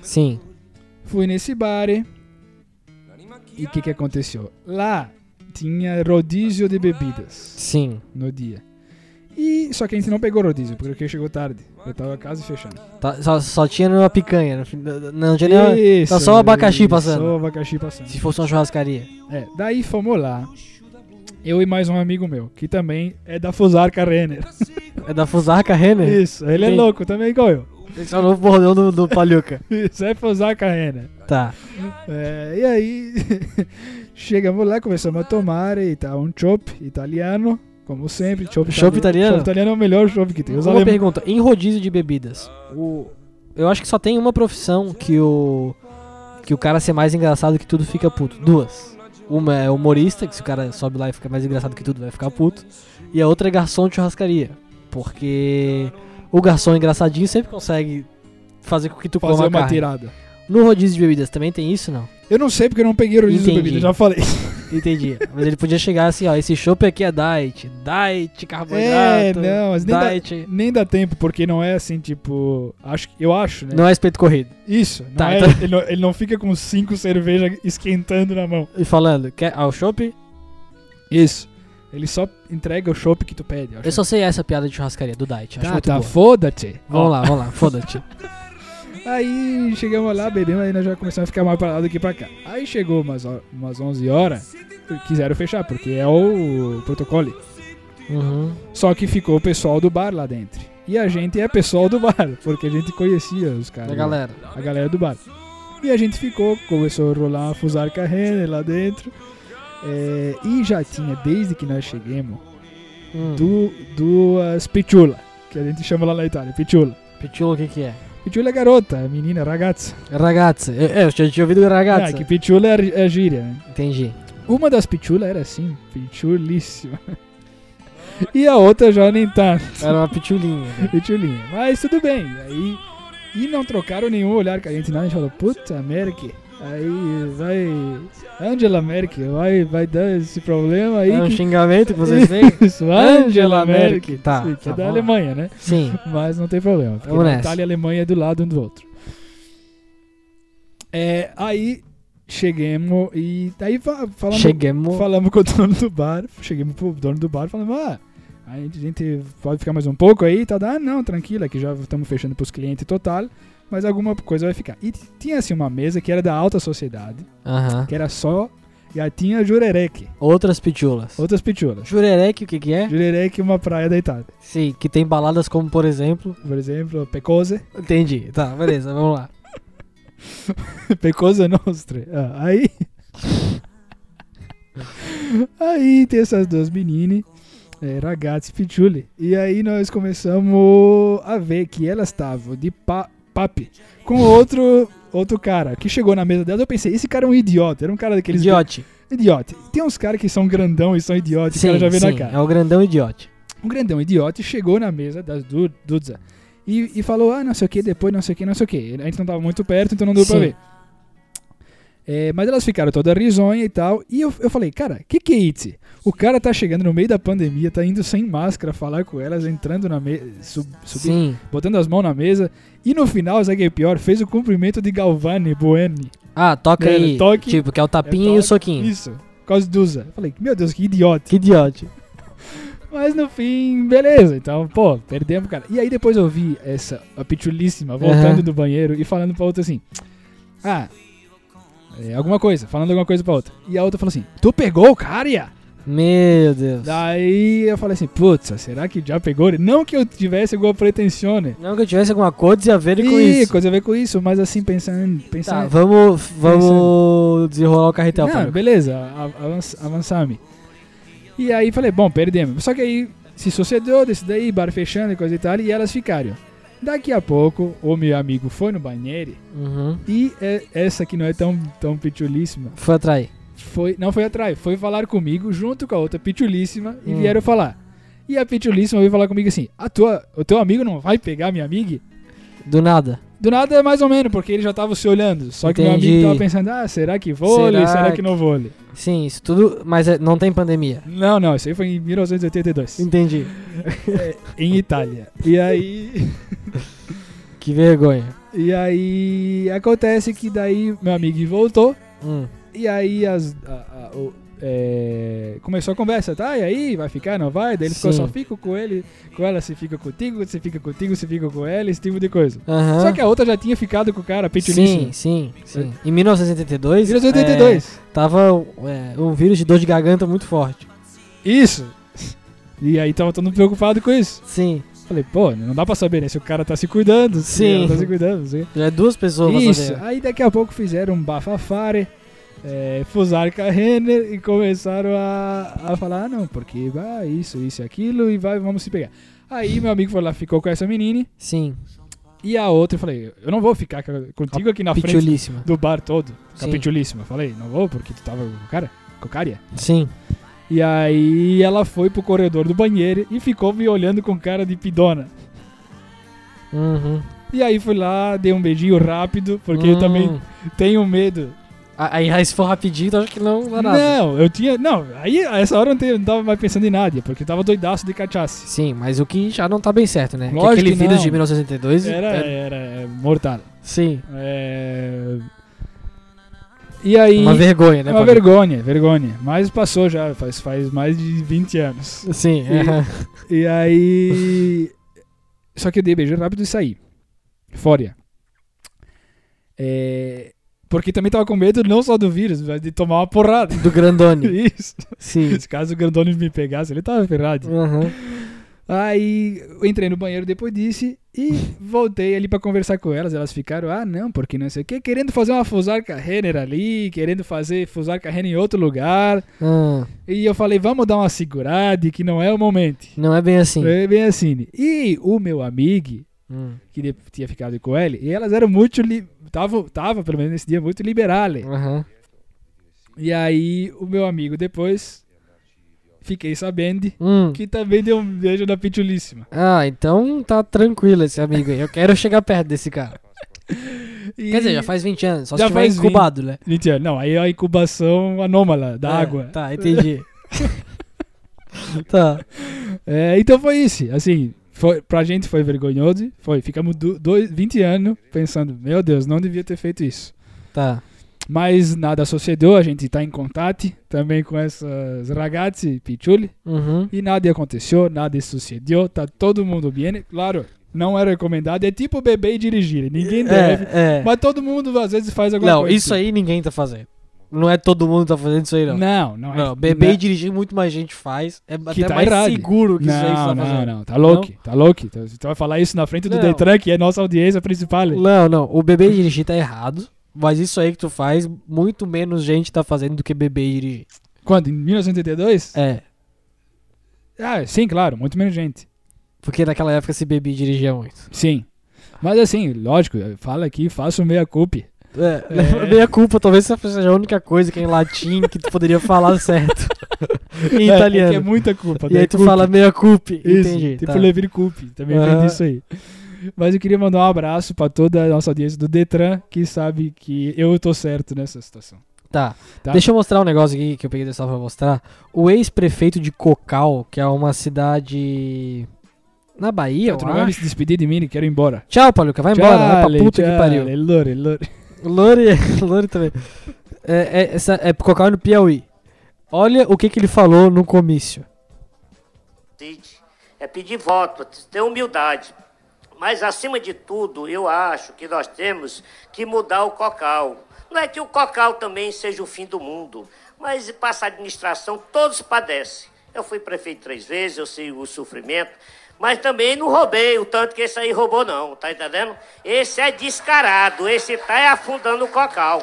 sim.
Fui nesse bar e o que, que aconteceu? Lá tinha rodízio de bebidas
Sim.
no dia. E só que a gente não pegou rodízio, porque chegou tarde. Eu tava quase fechando.
Tá- só, só tinha uma picanha. no fim- Não tinha nenhuma.
Isso,
tá só o abacaxi
isso,
passando.
Só o abacaxi passando.
Se fosse uma churrascaria.
É, daí fomos lá. Eu e mais um amigo meu, que também é da Fusarca Renner.
É da Fusarca Renner?
Isso, ele é
Entendi.
louco também igual eu.
Esse é o novo bordão do, do Palhuca.
Isso é Fusarca Renner.
Tá.
É, e aí, chegamos lá, começamos a tomar e tá um chopp italiano, como sempre. Chopp
Chopp italiano?
Chopp italiano é o melhor chopp que tem. Os
Uma
alemães.
pergunta. Em rodízio de bebidas, o... eu acho que só tem uma profissão que o que o cara ser mais engraçado que tudo fica puto. Duas. Uma é humorista, que se o cara sobe lá e fica mais engraçado que tudo, vai ficar puto. E a outra é garçom de churrascaria. Porque o garçom engraçadinho sempre consegue fazer com que tu
Fazer
coma a
uma
carne.
tirada.
No rodízio de bebidas também tem isso, não?
Eu não sei porque eu não peguei o rodízio de
Entendi.
bebida, já falei.
Entendi. Mas ele podia chegar assim, ó, esse chopp aqui é diet, diet,
É,
carboidrato,
não, mas nem dá,
diet...
nem dá tempo, porque não é assim, tipo. Acho, que- eu acho, né?
Não é espeto corrido.
Isso. Não
Tá,
é-
então-
ele, não, ele não fica com cinco cervejas esquentando na mão.
E falando, quer ao chopp?
Isso. Ele só entrega o chopp que tu pede.
Eu só sei essa piada de churrascaria, do diet. Acho
Tá,
muito
tá,
boa.
foda-te.
Vamos lá, vamos lá, foda-te.
Aí chegamos lá, bebemos, aí nós já começamos a ficar mais pra lá do que pra cá. Aí chegou umas, ho- umas 11 horas, quiseram fechar, porque é o protocolo.
Uhum.
Só que ficou o pessoal do bar lá dentro. E a gente é pessoal do bar, porque a gente conhecia os caras.
Da
lá.
galera.
a galera do bar. E a gente ficou, começou a rolar uma fusarca Renner lá dentro. É, e já tinha, desde que nós chegamos,
Hum.
du, duas pichula, que a gente chama lá na Itália, pichula.
Pitilo, o que que é?
Pitula é garota, é menina, ragazza.
Ragazza. É, é, eu já tinha ouvido ragazza.
Ah, que pitula é, é gíria, né?
Entendi.
Uma das pitulas era assim, pitulíssima. E a outra já nem tanto,
Era uma pitulinha. né?
pitulinha. Mas tudo bem. Aí, e não trocaram nenhum olhar com a gente, não. A gente falou, puta, Merck. Aí vai. Angela Merck, vai, vai dar esse problema aí.
É um
que-
xingamento que vocês têm?
Isso, Angela
Angela
Merkel.
Merkel. Tá,
Sim, que
tá
é da
bom.
Alemanha, né?
Sim.
Mas não tem problema. Porque
Vamos
na
nessa.
Itália e Alemanha é do lado um do outro. É, aí chegamos e. Aí fa- falamos,
Chegamos.
falamos com o dono do bar. Chegamos pro dono do bar falando, ah. A gente, a gente pode ficar mais um pouco aí, tá? Ah, não, tranquila, que já estamos fechando pros clientes total, mas alguma coisa vai ficar. E t- tinha assim uma mesa que era da alta sociedade,
Aham.
que era só gatinha jurereque,
Outras pitulas.
outras pichulas.
Jurerec, o que que é?
Jurereque é uma praia da Itália.
Sim, que tem baladas como, por exemplo...
Por exemplo, Pecose.
Entendi. Tá, beleza, vamos lá.
Pecosa Nostra. Ah, aí. aí tem essas duas meninas, é, Ragazzi e Pichuli. E aí nós começamos a ver que elas estavam de pa papi com outro outro cara que chegou na mesa delas. Eu pensei, esse cara é um idiota. Era um cara daqueles.
idiote.
Idiota. Tem uns caras que são grandão e são idiotas, que o
Sim,
cara já vê na
sim.
cara
É o grandão idiote.
um grandão idiota chegou na mesa das du Dudza e, e falou, ah, não sei o que, depois não sei o que, não sei o que. A gente não tava muito perto, então não deu pra
Sim.
ver. É, mas elas ficaram toda risonha e tal. E eu, eu falei, cara, que que é isso? O cara tá chegando no meio da pandemia, tá indo sem máscara falar com elas, entrando na mesa, subindo,
Sim.
botando as mãos na mesa. E no final, sabe o que é pior? Fez o cumprimento de Galvani Bueni.
Ah, toca
Era
aí.
toque,
tipo, que é o tapinha e
toque,
o soquinho.
Isso, por causa de Dudza. Eu falei, meu Deus, que idiota.
Que idiote.
Mas no fim, beleza. Então, pô, perdemos, cara. E aí depois eu vi essa a pitulíssima voltando
Aham.
do banheiro e falando pra outra assim: Ah, é, alguma coisa, falando alguma coisa pra outra. E a outra falou assim: Tu pegou o cara?
Meu Deus.
Daí eu falei assim: Putz, será que já pegou? ele? Não que eu tivesse alguma pretensão, né?
Não que eu tivesse alguma coisa a ver com
Ih,
isso.
coisa a ver com isso, mas assim, pensando.
Tá,
pensando
vamos, vamos desenrolar o carretel,
Não,
Fábio.
beleza, a- avanç- avançamos. E aí falei, bom, perdemos. Só que aí se sucedeu desse daí, bar fechando e coisa e tal, e elas ficaram. Daqui a pouco, o meu amigo foi no banheiro
Uhum.
e é, essa que não é tão, tão pitulíssima,
Foi atrair.
foi, não foi atrás, foi falar comigo junto com a outra pitulíssima e
Hum.
vieram falar. E a pitulíssima veio falar comigo assim, a tua, o teu amigo não vai pegar minha amiga?
Do nada.
Do nada é mais ou menos, porque ele já tava se olhando. Só que meu amigo
Entendi.
tava pensando, ah, será que vou? Será,
Será
será que
que-
não vou? ali?
Sim, isso tudo, mas é- não tem pandemia.
Não, não, isso aí foi em 1982,
Entendi.
em Itália. E aí,
Que vergonha.
e aí acontece que daí meu amigo voltou
Hum.
e aí as a- a- o- é, começou a conversa, tá? E aí, vai ficar, não vai? Daí ele ficou
Sim.
só fico com ele, com ela se fica contigo, se fica contigo, se fica com ela, esse tipo de coisa.
Aham.
Só que é um a outra já tinha ficado com o cara, pitulíssimo.
Ah. Sim, sim, sim. Em 1982,
1982.
é, tava é, um vírus de dor de garganta muito forte. É.
Isso. E aí tava todo mundo preocupado com isso.
Sim,
Falei, pô, não dá pra saber, né? Se o cara tá se cuidando, se
Sim.
ela tá se cuidando, não sei.
já é duas pessoas pra
Isso.
saber.
Aí daqui a pouco fizeram um bafafare, é, fusaram com a Renner e começaram a, a falar, ah, não, porque vai isso, isso e aquilo e vai, vamos se pegar. Aí meu amigo foi lá, ficou com essa menina
Sim,
e a outra, eu falei, eu não vou ficar ca- contigo aqui na frente
pitulíssima.
do bar todo,
Sim.
capitulíssima. Falei, não vou porque tu tava com o cara, com o cara.
Sim.
E aí ela foi pro corredor do banheiro e ficou me olhando com cara de pidona.
Uhum.
E aí fui lá, dei um beijinho rápido, porque eu
Hum.
também tenho medo
A- Aí, aí se for rapidinho, então acho que não dá nada.
Não, eu tinha. Não, aí a essa hora eu não, te- não tava mais pensando em nada, porque eu tava doidaço de cachaça.
Sim, mas o que já não tá bem certo, né? Que
Lógico
aquele
que
vírus
não.
de 1962...
Era,
é-
era é, mortal.
Sim,
É... E aí.
uma vergonha, né?
É uma
Fabinho?
vergonha, vergonha. Mas passou já, faz, faz mais de 20 anos.
Sim, é.
E aí. Só que eu dei beijo rápido e saí. Fória. É... Porque também tava com medo não só do vírus, mas de tomar uma porrada.
do Grandone.
Isso.
Sim.
Caso o Grandone me pegasse, ele tava ferrado.
Uhum.
Aí eu entrei no banheiro depois disso e voltei ali pra conversar com elas. Elas ficaram, ah, não, porque não sei o que, querendo fazer uma fusar carreira ali, querendo fazer fusar carreira em outro lugar.
Ah,
E eu falei, vamos dar uma segurada, que não é o momento.
não é bem assim.
É bem assim. E o meu amigo
Hum.
que de- tinha ficado com ele, e elas eram muito. Li, tava, tava, pelo menos nesse dia, muito liberale.
Aham.
E aí, o meu amigo depois, fiquei sabendo
Hum.
que também deu um beijo na pitulíssima.
Ah, então tá tranquilo esse amigo aí. Eu quero chegar perto desse cara.
E-
Quer dizer, já faz 20 anos, só
Já
se tiver
faz 20.
incubado, né?
Gente, é, Não, aí é a incubação anômala da
Ah,
água.
Tá, entendi. tá.
É, então foi isso. Assim, foi, pra gente foi vergonhoso. Foi, ficamos do, dois, 20 anos pensando, meu Deus, não devia ter feito isso.
Tá.
Mas nada sucedeu, a gente tá em contato também com essas ragazzi pichuli.
Uhum.
E nada aconteceu, nada sucedeu, tá todo mundo bem. Claro, não é recomendado, é tipo beber e dirigir, ninguém deve.
É, é.
Mas todo mundo às vezes faz alguma
Não,
coisa.
isso aí ninguém tá fazendo. Não é todo mundo tá fazendo isso aí, não.
Não, não é.
Não, beber
não-
e dirigir muito mais gente faz. É até
tá
mais
errado.
seguro que isso aí que você
Não,
tá
não,
fazendo.
não, tá louco, tá louco. Então, Você vai falar isso na frente do
Não.
Detran, que é nossa audiência principal.
Não, não. O beber e dirigir tá errado. Mas isso aí que tu faz, muito menos gente tá fazendo do que beber e dirigir.
Quando? Em 1982?
É.
Ah, sim, claro, muito menos gente.
Porque naquela época se bebia e dirigia muito.
Sim. Mas assim, lógico, fala aqui, faço meia culpa. é
É. Meia culpa, talvez essa seja a única coisa que é em latim que tu poderia falar certo. em
É,
italiano.
É, que é muita culpa.
E
né?
aí tu
Culpa.
fala meia culpa.
Isso,
Entendi.
tipo
tá.
Levir Coupe, também
Aham.
aprendi isso aí. Mas eu queria mandar um abraço pra toda a nossa audiência do Detran, que sabe que eu tô certo nessa situação.
Tá.
Tá.
Deixa eu mostrar um negócio aqui que eu peguei dessa pra mostrar. O ex-prefeito de Cocal, que é uma cidade. Na Bahia,
tu
eu
não vai
acho.
se despedir de mim, eu quero ir embora.
Tchau, Paluca. Vai embora, vai pra
Tchale,
puta que
tchale,
pariu.
Lore, lore.
Lore, Lore também. É, é, essa, é Cocal no Piauí. Olha o que, que ele falou no comício.
Cid, é pedir voto, ter humildade. Mas, acima de tudo, eu acho que nós temos que mudar o COCAL. Não é que o COCAL também seja o fim do mundo, mas passa a administração, todos padecem. Eu fui prefeito três vezes, eu sei o sofrimento, mas também não roubei o tanto que esse aí roubou, não, tá entendendo? Esse é descarado, esse tá é afundando o COCAL.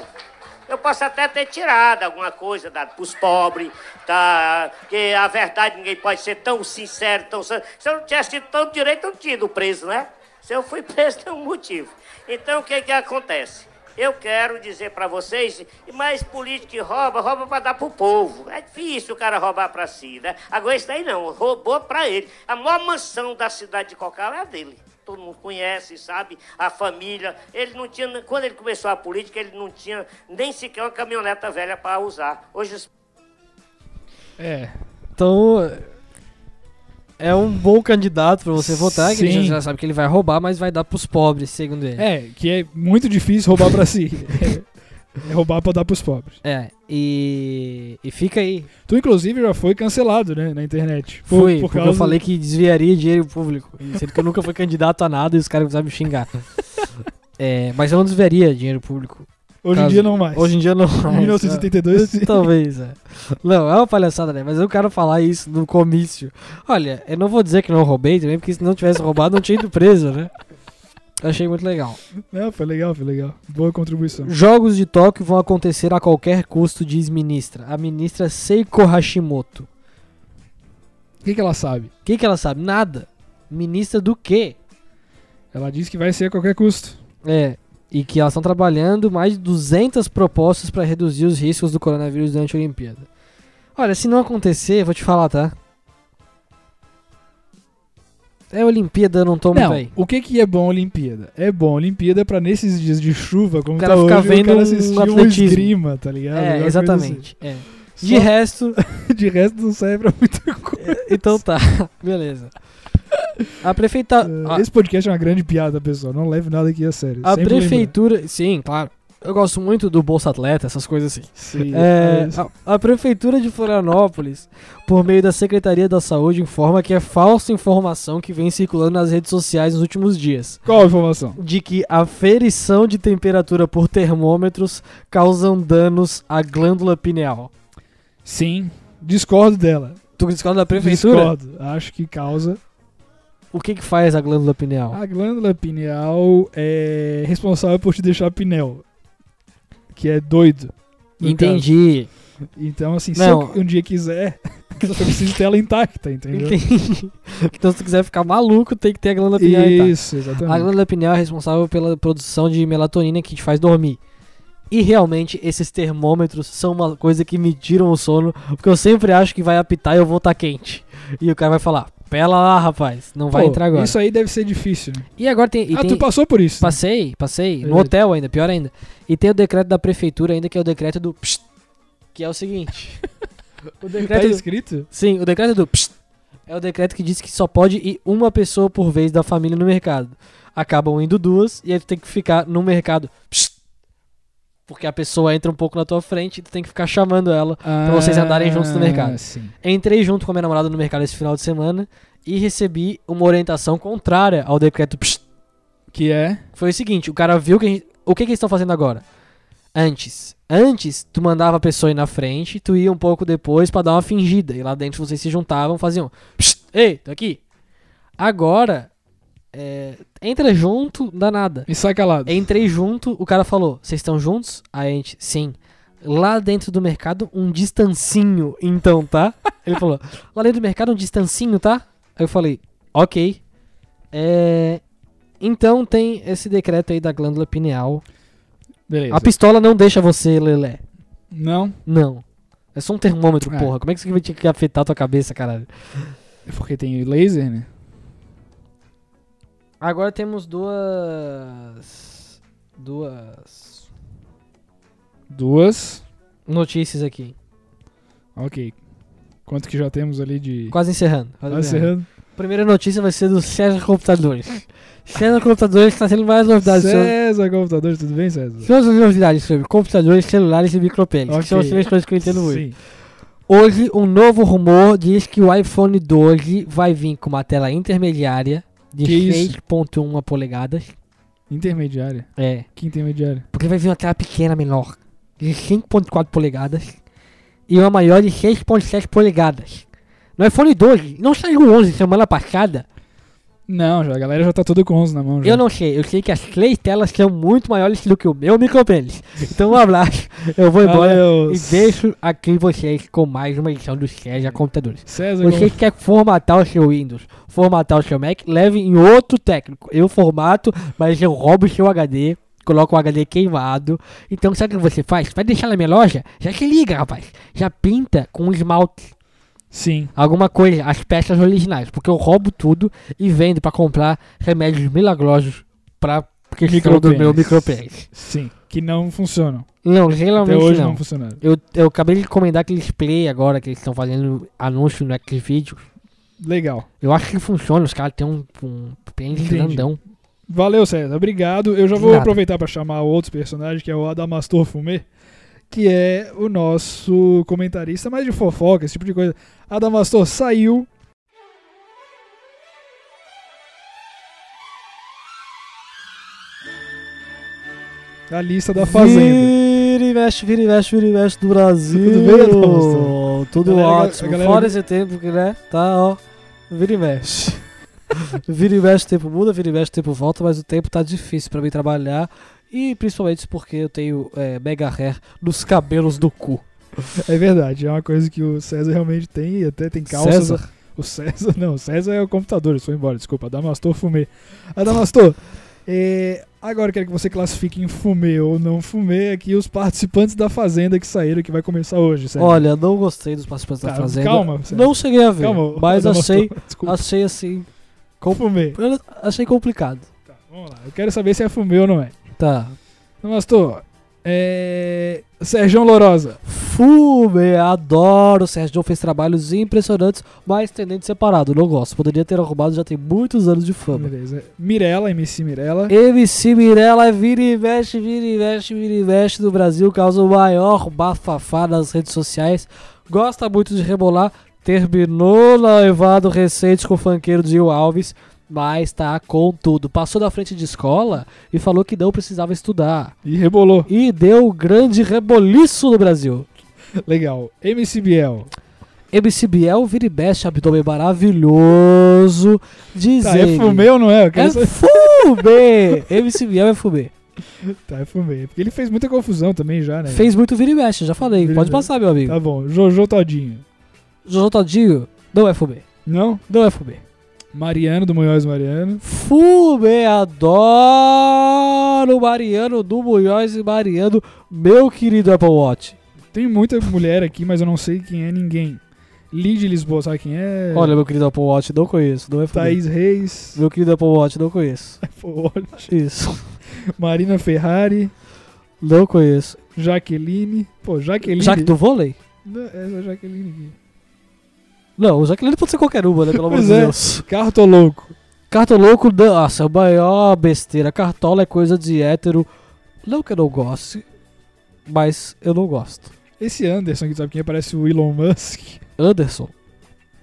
Eu posso até ter tirado alguma coisa, dado pros pobres, tá? Porque a verdade ninguém pode ser tão sincero, tão. san- Se eu não tivesse tido tanto direito, eu não tinha ido preso, né? Se eu fui preso, tem um motivo. Então, o que que acontece? Eu quero dizer pra vocês, mas político que rouba, rouba pra dar pro povo. É difícil o cara roubar pra si, né? Agora esse daí não, roubou pra ele. A maior mansão da cidade de Cocal é a dele todo mundo conhece, sabe? A família. Ele não tinha, quando ele começou a política, ele não tinha nem sequer uma caminhoneta velha para usar. Hoje os
É.
Então. É um bom candidato pra você votar, que ele
Sim.
já, já sabe que ele vai roubar, mas vai dar pros pobres, segundo ele.
É, que é muito difícil roubar pra si. É roubar pra dar pros pobres.
É, e, e fica aí.
Tu, inclusive, já foi cancelado, né, na internet. Por-
Fui,
por
porque eu
causa-
falei que desviaria dinheiro público. Sendo que eu nunca fui candidato a nada e os caras precisavam me xingar. É, mas eu não desviaria dinheiro público.
Hoje em
caso-
dia não mais.
Hoje em dia não. mais,
1982,
né? Talvez, é. Não, é uma palhaçada, né? Mas eu quero falar isso no comício. Olha, eu não vou dizer que não roubei também, porque se não tivesse roubado, não tinha ido preso, né? Achei muito legal.
Não, foi legal, foi legal. Boa contribuição.
Jogos de Tóquio vão acontecer a qualquer custo, diz ministra. A ministra Seiko Hashimoto.
O que, que ela sabe?
O que, que ela sabe? Nada. Ministra do quê?
Ela diz que vai ser a qualquer custo.
É. E que elas estão trabalhando mais de 200 propostas para reduzir os riscos do coronavírus durante a Olimpíada. Olha, se não acontecer, eu vou te falar, tá? É Olimpíada, eu não tô muito
Não,
aí.
o que, que é bom a Olimpíada? É bom a Olimpíada pra nesses dias de chuva, como
O cara
tá
ficar
hoje,
vendo
o cara
um
assistir
atletismo.
esgrima, tá ligado? Alguma
É,
coisa
exatamente. é.
assim.
De resto,
Só de resto não serve pra muita coisa.
então tá, beleza. A prefeita, a-
Esse podcast é uma grande piada, pessoal. Não leve nada aqui a sério.
Ah, a,
Sempre
prefeitura, sim, claro. Eu gosto muito do Bolsa Atleta, essas coisas assim.
lembra. Sim,
É,
é,
a, a Prefeitura de Florianópolis, por meio da Secretaria da Saúde, informa que é falsa informação que vem circulando nas redes sociais nos últimos dias.
Qual a informação?
De que a ferição de temperatura por termômetros causam danos à glândula pineal.
Sim, discordo dela.
Tu discorda da prefeitura?
Discordo. Acho que causa.
O que, que faz a glândula pineal?
A glândula pineal é responsável por te deixar pinel. Que é doido. no
Entendi.
caso. Então, assim,
Não.
se eu um dia quiser, Só que eu preciso ter ela intacta, entendeu?
Entendi. Então, se tu quiser ficar maluco, tem que ter a glândula pineal intacta.
Isso,
A
exatamente.
glândula pineal é responsável pela produção de melatonina que te faz dormir. E realmente esses termômetros são uma coisa que me tiram o sono, porque eu sempre acho que vai apitar e eu vou estar quente. E o cara vai falar: "Pela lá, rapaz, não vai
Pô,
entrar agora".
Isso aí deve ser difícil, né?
E agora tem, e
ah,
tem-
tu passou por isso. né?
passei, passei no
Verdade.
hotel ainda, pior ainda. E tem o decreto da prefeitura ainda que é o decreto do psst, que é o seguinte. o
Tá
decreto do-
escrito?
Sim, o decreto do psst é o decreto que diz que só pode ir uma pessoa por vez da família no mercado. Acabam indo duas e aí tu tem que ficar no mercado psst, porque a pessoa entra um pouco na tua frente e tu tem que ficar chamando ela.
Pra
vocês andarem juntos no mercado.
Ah, Sim.
Entrei junto com a minha namorada no mercado esse final de semana e recebi uma orientação contrária ao decreto psst.
Que é.
Foi o seguinte, o cara viu que a gente- o que que eles estão fazendo agora? Antes, antes tu mandava a pessoa ir na frente, tu ia um pouco depois pra dar uma fingida e lá dentro vocês se juntavam, faziam, "Psst, ei, tô aqui. Agora é, entra junto, dá nada.
E sai calado.
Entrei junto, o cara falou, vocês estão juntos? Aí a gente, sim. Lá dentro do mercado, um distancinho, então, tá? Ele falou, lá dentro do mercado, um distancinho, tá? Aí eu falei, ok. É, Então tem esse decreto aí da glândula pineal.
Beleza.
A pistola não deixa você, Lelé.
Não.
Não. É só um termômetro,
É.
porra. Como é que isso vai te afetar a tua cabeça, caralho?
É Porque tem laser, né?
Agora temos duas. Duas
Duas.
notícias aqui.
Ok. Quanto que já temos ali de.
Quase encerrando.
Tá
Quase
encerrando?
Primeira notícia vai ser do César Computadores. César Computadores está sendo mais novidades. sobre-
César, computador, tudo bem, César?
Todas as novidades sobre computadores, celulares e micropênis,
Ok.
que são as três coisas que eu entendo muito.
Sim.
Hoje, um novo rumor diz que o iPhone 12 vai vir com uma tela intermediária de
Que isso?
6.1 polegadas.
Intermediária.
É,
Que intermediária?
porque vai vir uma tela pequena menor, de 5.4 polegadas, e uma maior de 6.7 polegadas. No iPhone 12, não saiu o 11 semana passada,
Não, já, a galera já tá toda com 11 na mão. Já.
Eu não sei, eu sei que as três telas são muito maiores do que o meu micropênis. Então um abraço, eu vou embora
Valeu.
e deixo aqui vocês com mais uma edição do César Computadores.
César,
Você
como-
que quer formatar o seu Windows, formatar o seu Mac, leve em outro técnico. Eu formato, mas eu roubo o seu HD, coloco o HD queimado. Então sabe o que você faz? Vai deixar na minha loja? Já se liga, rapaz. Já pinta com um esmalte
Sim.
alguma coisa, as peças originais, porque eu roubo tudo e vendo pra comprar remédios milagrosos pra questão do
Micropênis.
meu micropênis.
Sim. Que não funcionam.
Não,
Até
geralmente
hoje
não.
não funcionaram.
Eu, eu acabei de encomendar aqueles play agora que eles estão fazendo anúncio no Xvideos.
Legal.
Eu acho que funciona, os caras têm um, um pênis
Entendi.
grandão.
Valeu, César. Obrigado. Eu já
De
vou
nada.
aproveitar para chamar outros personagens, que é o Adamastor Fumê, que é o nosso comentarista mais de fofoca, esse tipo de coisa. Adamastor saiu. Da lista da Fazenda.
Vira e mexe, vira e mexe, vira e mexe do Brasil.
Tudo bem, Adalberto?
Tudo
A galera-
ótimo.
a galera-
Fora esse tempo que, né? Tá, ó. Vira e mexe. vira e mexe, o tempo muda, vira e mexe, o tempo volta, mas o tempo tá difícil pra mim trabalhar. E principalmente porque eu tenho é, mega hair nos cabelos do cu.
É verdade, é uma coisa que o César realmente tem, e até tem calças.
César?
O César, não, o César é o computador, ele foi embora, desculpa, Adamastor Fumê. Adamastor, é, agora eu quero que você classifique em fumê ou não fumê aqui os participantes da Fazenda que saíram, que vai começar hoje, César.
Olha, não gostei dos participantes da
Tá,
Fazenda.
né? calma, César.
Não cheguei a ver,
Calma,
mas
Adamastor,
achei,
Desculpa,
achei assim.
com fumê.
eu Achei complicado.
Tá, vamos lá, eu quero saber se é fumê ou não é.
Tá.
Adamastor, é... Sérgio Lorosa.
Fume, adoro. O Sérgio fez trabalhos impressionantes, mas tendente separado. Não gosto. Poderia ter arrumado já tem muitos anos de fama.
Beleza. Mirella, MC Mirella.
MC Mirella é vira e mexe, vira e mexe, vira e mexe do Brasil, causa o maior bafafá nas redes sociais. Gosta muito de rebolar. Terminou noivado recente com o funkeiro Gil Alves, mas tá com tudo. Passou da frente de escola e falou que não precisava estudar.
E rebolou.
E deu o grande reboliço no Brasil.
Legal. MC Biel.
MC Biel vira e mexe, abdômen maravilhoso. Diz
Tá, é
ele.
fumê ou não é? Eu quero
É
saber.
fumê! MC Biel é fumê.
Tá, é fumê. Porque ele fez muita confusão também já, né?
Fez muito vira e mexe, já falei.
Vira e
Pode
mexe.
passar, meu amigo.
Tá bom. Jojo Tá Todinho.
Zotadinho não é fubê.
Não?
Não é fubê.
Mariano do Munhoz Mariano.
Fubê, adoro Mariano do Munhoz e Mariano, meu querido Apple Watch.
Tem muita mulher aqui, mas eu não sei quem é ninguém. Lid Lisboa, sabe quem é? Tá
Olha, Né? meu querido Apple Watch, não conheço, não é fubê.
Thaís Reis.
Meu querido Apple Watch, não conheço.
Pô, olha.
Isso,
Marina Ferrari.
não conheço.
Jaqueline. Pô, Jaqueline.
Jaque do vôlei?
Não, é a Jaqueline aqui.
Não, o Jaqueline pode ser qualquer uma, né? Pelo amor
Pois
de
é.
Deus.
Cartolouco.
Cartolouco, não- nossa, a maior besteira. Cartola é coisa de hétero. Não que eu não goste, mas eu não gosto.
Esse Anderson que sabe quem é? Parece o Elon Musk.
Anderson.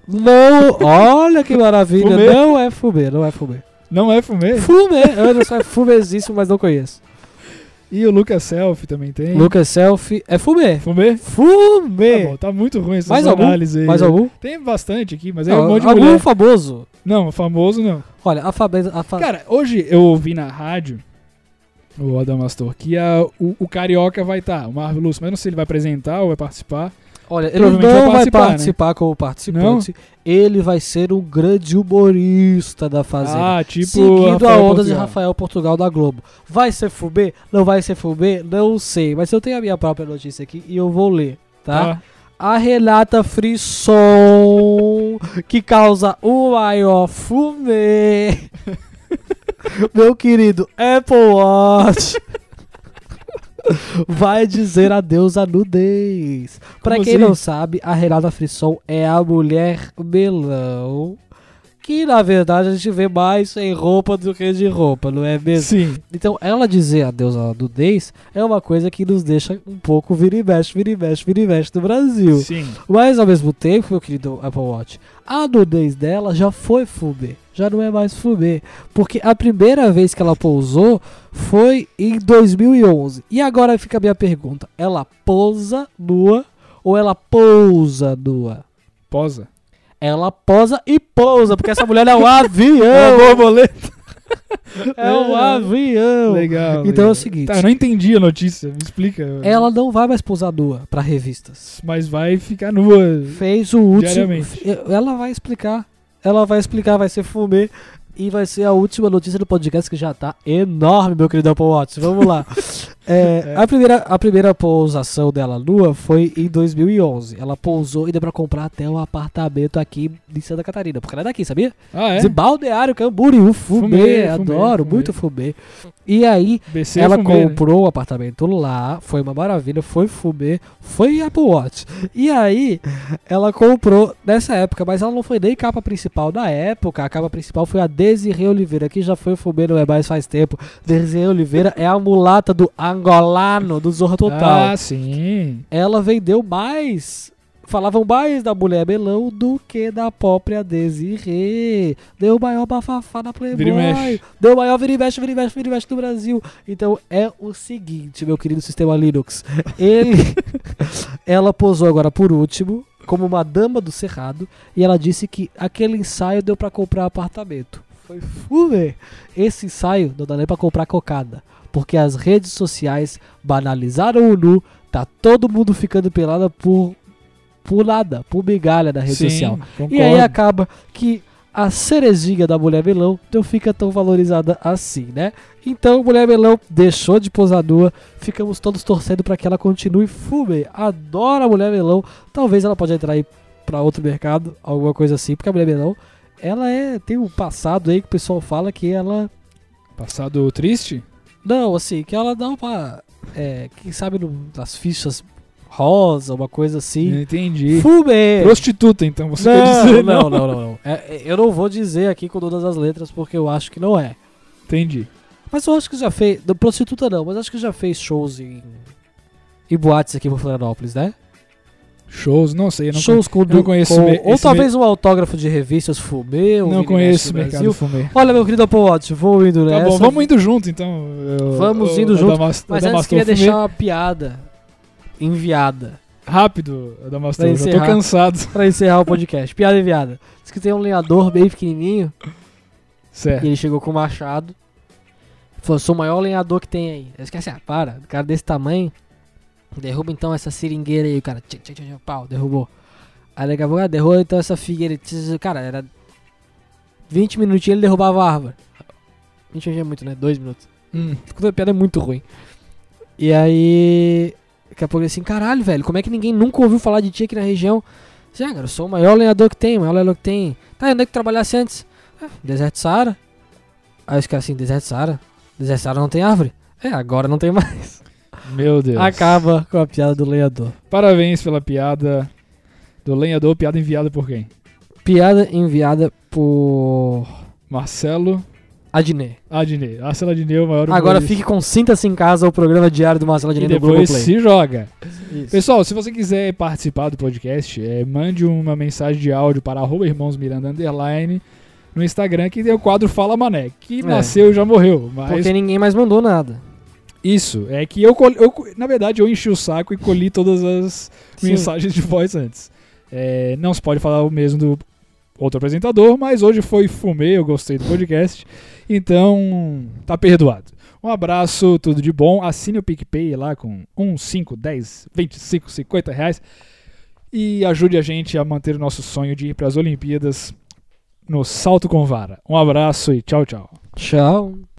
Não, olha que maravilha.
Fumê.
Não é fumê, não é fumê.
Não é fumê?
Fumê, Anderson é fumezíssimo, mas não conheço.
E o Lucas Selfie também tem.
Lucas Selfie é fumê.
Fumê? Tá
Fumê.
bom, tá muito ruim essa
Mais algum?
análise aí.
Mais algum?
Tem bastante aqui, mas é
Não,
um monte de
algum
mulher.
famoso.
Não, famoso não.
Olha, a Fabeta. A fa...
Cara, hoje eu ouvi na rádio, o Adamastor, que a- o, o Carioca vai estar, o Marvel Lúcio, mas eu não sei se ele vai apresentar ou vai participar.
Olha, ele não
provavelmente vai
Então vai participar,
participar, né?
como participante. Ele vai ser um grande humorista da Fazenda.
Ah, tipo
seguindo a
Rafael
onda de
Portugal.
Rafael Portugal da Globo. Vai ser fubê? Não vai ser fubê? Não sei. Mas eu tenho a minha própria notícia aqui e eu vou ler, tá?
Tá.
A Renata Frisson, que causa o maior fumê. Meu querido Apple Watch. Vai dizer adeus à nudez. Pra
Como
quem
assim?
não sabe, a Renata Frisson é a mulher melão. Que na verdade a gente vê mais sem roupa do que de roupa, não é mesmo?
Sim.
Então, ela dizer adeus à nudez é uma coisa que nos deixa um pouco vira e mexe, vira e mexe, vira e mexe do Brasil.
Sim.
Mas, ao mesmo tempo, meu querido Apple Watch, a nudez dela já foi fubê. Já não é mais fubê. Porque a primeira vez que ela pousou foi em 2011. E agora fica a minha pergunta. Ela pousa nua ou ela pousa nua?
Posa.
Ela posa e pousa, porque essa mulher é um
É uma
avião.
borboleta.
É um avião.
Legal.
Então é
legal.
o seguinte.
Tá, eu não entendi a notícia, me explica.
Ela não vai mais pousar nua pra revistas.
Mas vai ficar nua.
Fez o último.
Diariamente.
Ela vai explicar. Ela vai explicar, vai ser fumê. E vai ser a última notícia do podcast que já tá enorme, meu querido Apple Watch. Vamos lá. É, A, primeira, a primeira pousação dela nua foi em 2011. Ela pousou e deu pra comprar até um apartamento aqui em Santa Catarina. Porque ela é daqui, sabia?
Ah, é?
De Balneário Camboriú. Fumê,
Fumê,
adoro.
fumê,
muito fumê. E aí,
BC
ela
fumê, né?
comprou o apartamento lá, foi uma maravilha, foi fumê, foi Apple Watch. E aí, ela comprou nessa época, mas ela não foi nem capa principal da época. A capa principal foi a Desirê Oliveira, que já foi fumê, não é mais faz tempo. Desirê Oliveira é a mulata do angolano, do Zorra Total.
Ah, sim.
Ela vendeu mais. Falavam mais da mulher melão do que da própria Desirê. Deu maior bafafá na Playboy.
Vira e mexe.
Deu o maior vira e mexe, vira e mexe, vira e mexe do Brasil. Então é o seguinte, meu querido sistema Linux. Ele. ela posou agora por último, como uma dama do Cerrado, e ela disse que aquele ensaio deu pra comprar apartamento. Foi fuver. Esse ensaio não dá nem pra comprar cocada. Porque as redes sociais banalizaram o nu, tá todo mundo ficando pelada por. Por nada, por migalha da rede
sim,
social.
Concordo.
E aí acaba que a cerezinha da Mulher Melão não fica tão valorizada assim, né? Então, Mulher Melão deixou de posar nua, ficamos todos torcendo para que ela continue fume. Adora a Mulher Melão, talvez ela pode entrar aí para outro mercado, alguma coisa assim, porque a Mulher Melão, ela é tem um passado aí que o pessoal fala que ela
Passado triste?
não, assim, que ela dá uma é, quem sabe no- nas fichas rosa, uma coisa assim.
Entendi.
Fume!
Prostituta, então, você quer
É. Não,
dizer?
não, não, não, não. É, é, eu não vou dizer aqui com todas as letras porque eu acho que não é.
Entendi.
Mas eu acho que já fez. não, Prostituta não, mas acho que já fez shows em. em boates aqui por Florianópolis, né?
Shows, não sei, eu não
shows com.
não conheço
com-
me-
ou
esse
talvez um autógrafo de revistas Fumê,
conhe-
ou
não
Vini
conheço o
Mestre do
mercado fumê.
Olha, meu querido Apple Watch, vou indo
Tá
nessa.
bom, vamos indo junto, então. eu-
Vamos
eu-
indo
eu
junto,
Adamas-
Mas
eu
antes queria
Damastor
deixar uma piada enviada.
fumê. Rápido, Adamastor,
Pra
eu já tô
encerrar.
cansado.
Pra encerrar o podcast. Piada enviada. Diz que tem um lenhador bem pequenininho E
Certo.
ele chegou com o machado. Falou, sou o maior lenhador que tem aí. Eu esqueci, ah, para.
Um
O cara desse tamanho. Derruba então essa seringueira aí, o cara. Tchim, tchim, tchim, tchim, pau, derrubou.
Aí daqui a pouco ah, derruba então essa figueira. tss, Cara, era 20 minutinhos ele derrubava a árvore. 20 minutinhos é muito, né? 2 minutos. Hum, a piada é muito ruim. E aí. Daqui a pouco ele assim, caralho, velho, como é que ninguém nunca ouviu falar de ti aqui na região? Assim, ah, cara, eu sou o maior lenhador que tem, o maior lenhador que tem. Tá, e onde é que tu trabalhasse antes? Ah, deserto Saara. Aí os caras assim, deserto Saara? Deserto Saara não tem árvore? É, agora não tem mais.
Meu Deus.
Acaba com a piada do lenhador.
Parabéns pela piada do lenhador, piada enviada por quem?
Piada enviada por
Marcelo
Adnet.
Adnei. Marcelo Adnei é o maior
Agora
humorista.
fique com Sinta-se em Casa, o programa diário do Marcelo
E
Adnet do
depois
Globoplay.
se joga.
Isso.
Pessoal, se você quiser participar do podcast, eh, mande uma mensagem de áudio para arroba irmãos Miranda underline no Instagram, que tem o quadro Fala Mané, que
É.
nasceu e já morreu. Mas
Porque ninguém mais mandou nada.
isso, é que eu, col- eu co- na verdade, eu enchi o saco e colhi todas as
Sim.
mensagens de voz antes. Eh, não se pode falar o mesmo do outro apresentador, mas hoje foi fumê, eu gostei do podcast, então tá perdoado. Um abraço, tudo de bom. Assine o PicPay lá com 1, 5, 10, 25, 50 reais. E ajude a gente a manter o nosso sonho de ir para as Olimpíadas no salto com vara. Um abraço e tchau, tchau.
Tchau.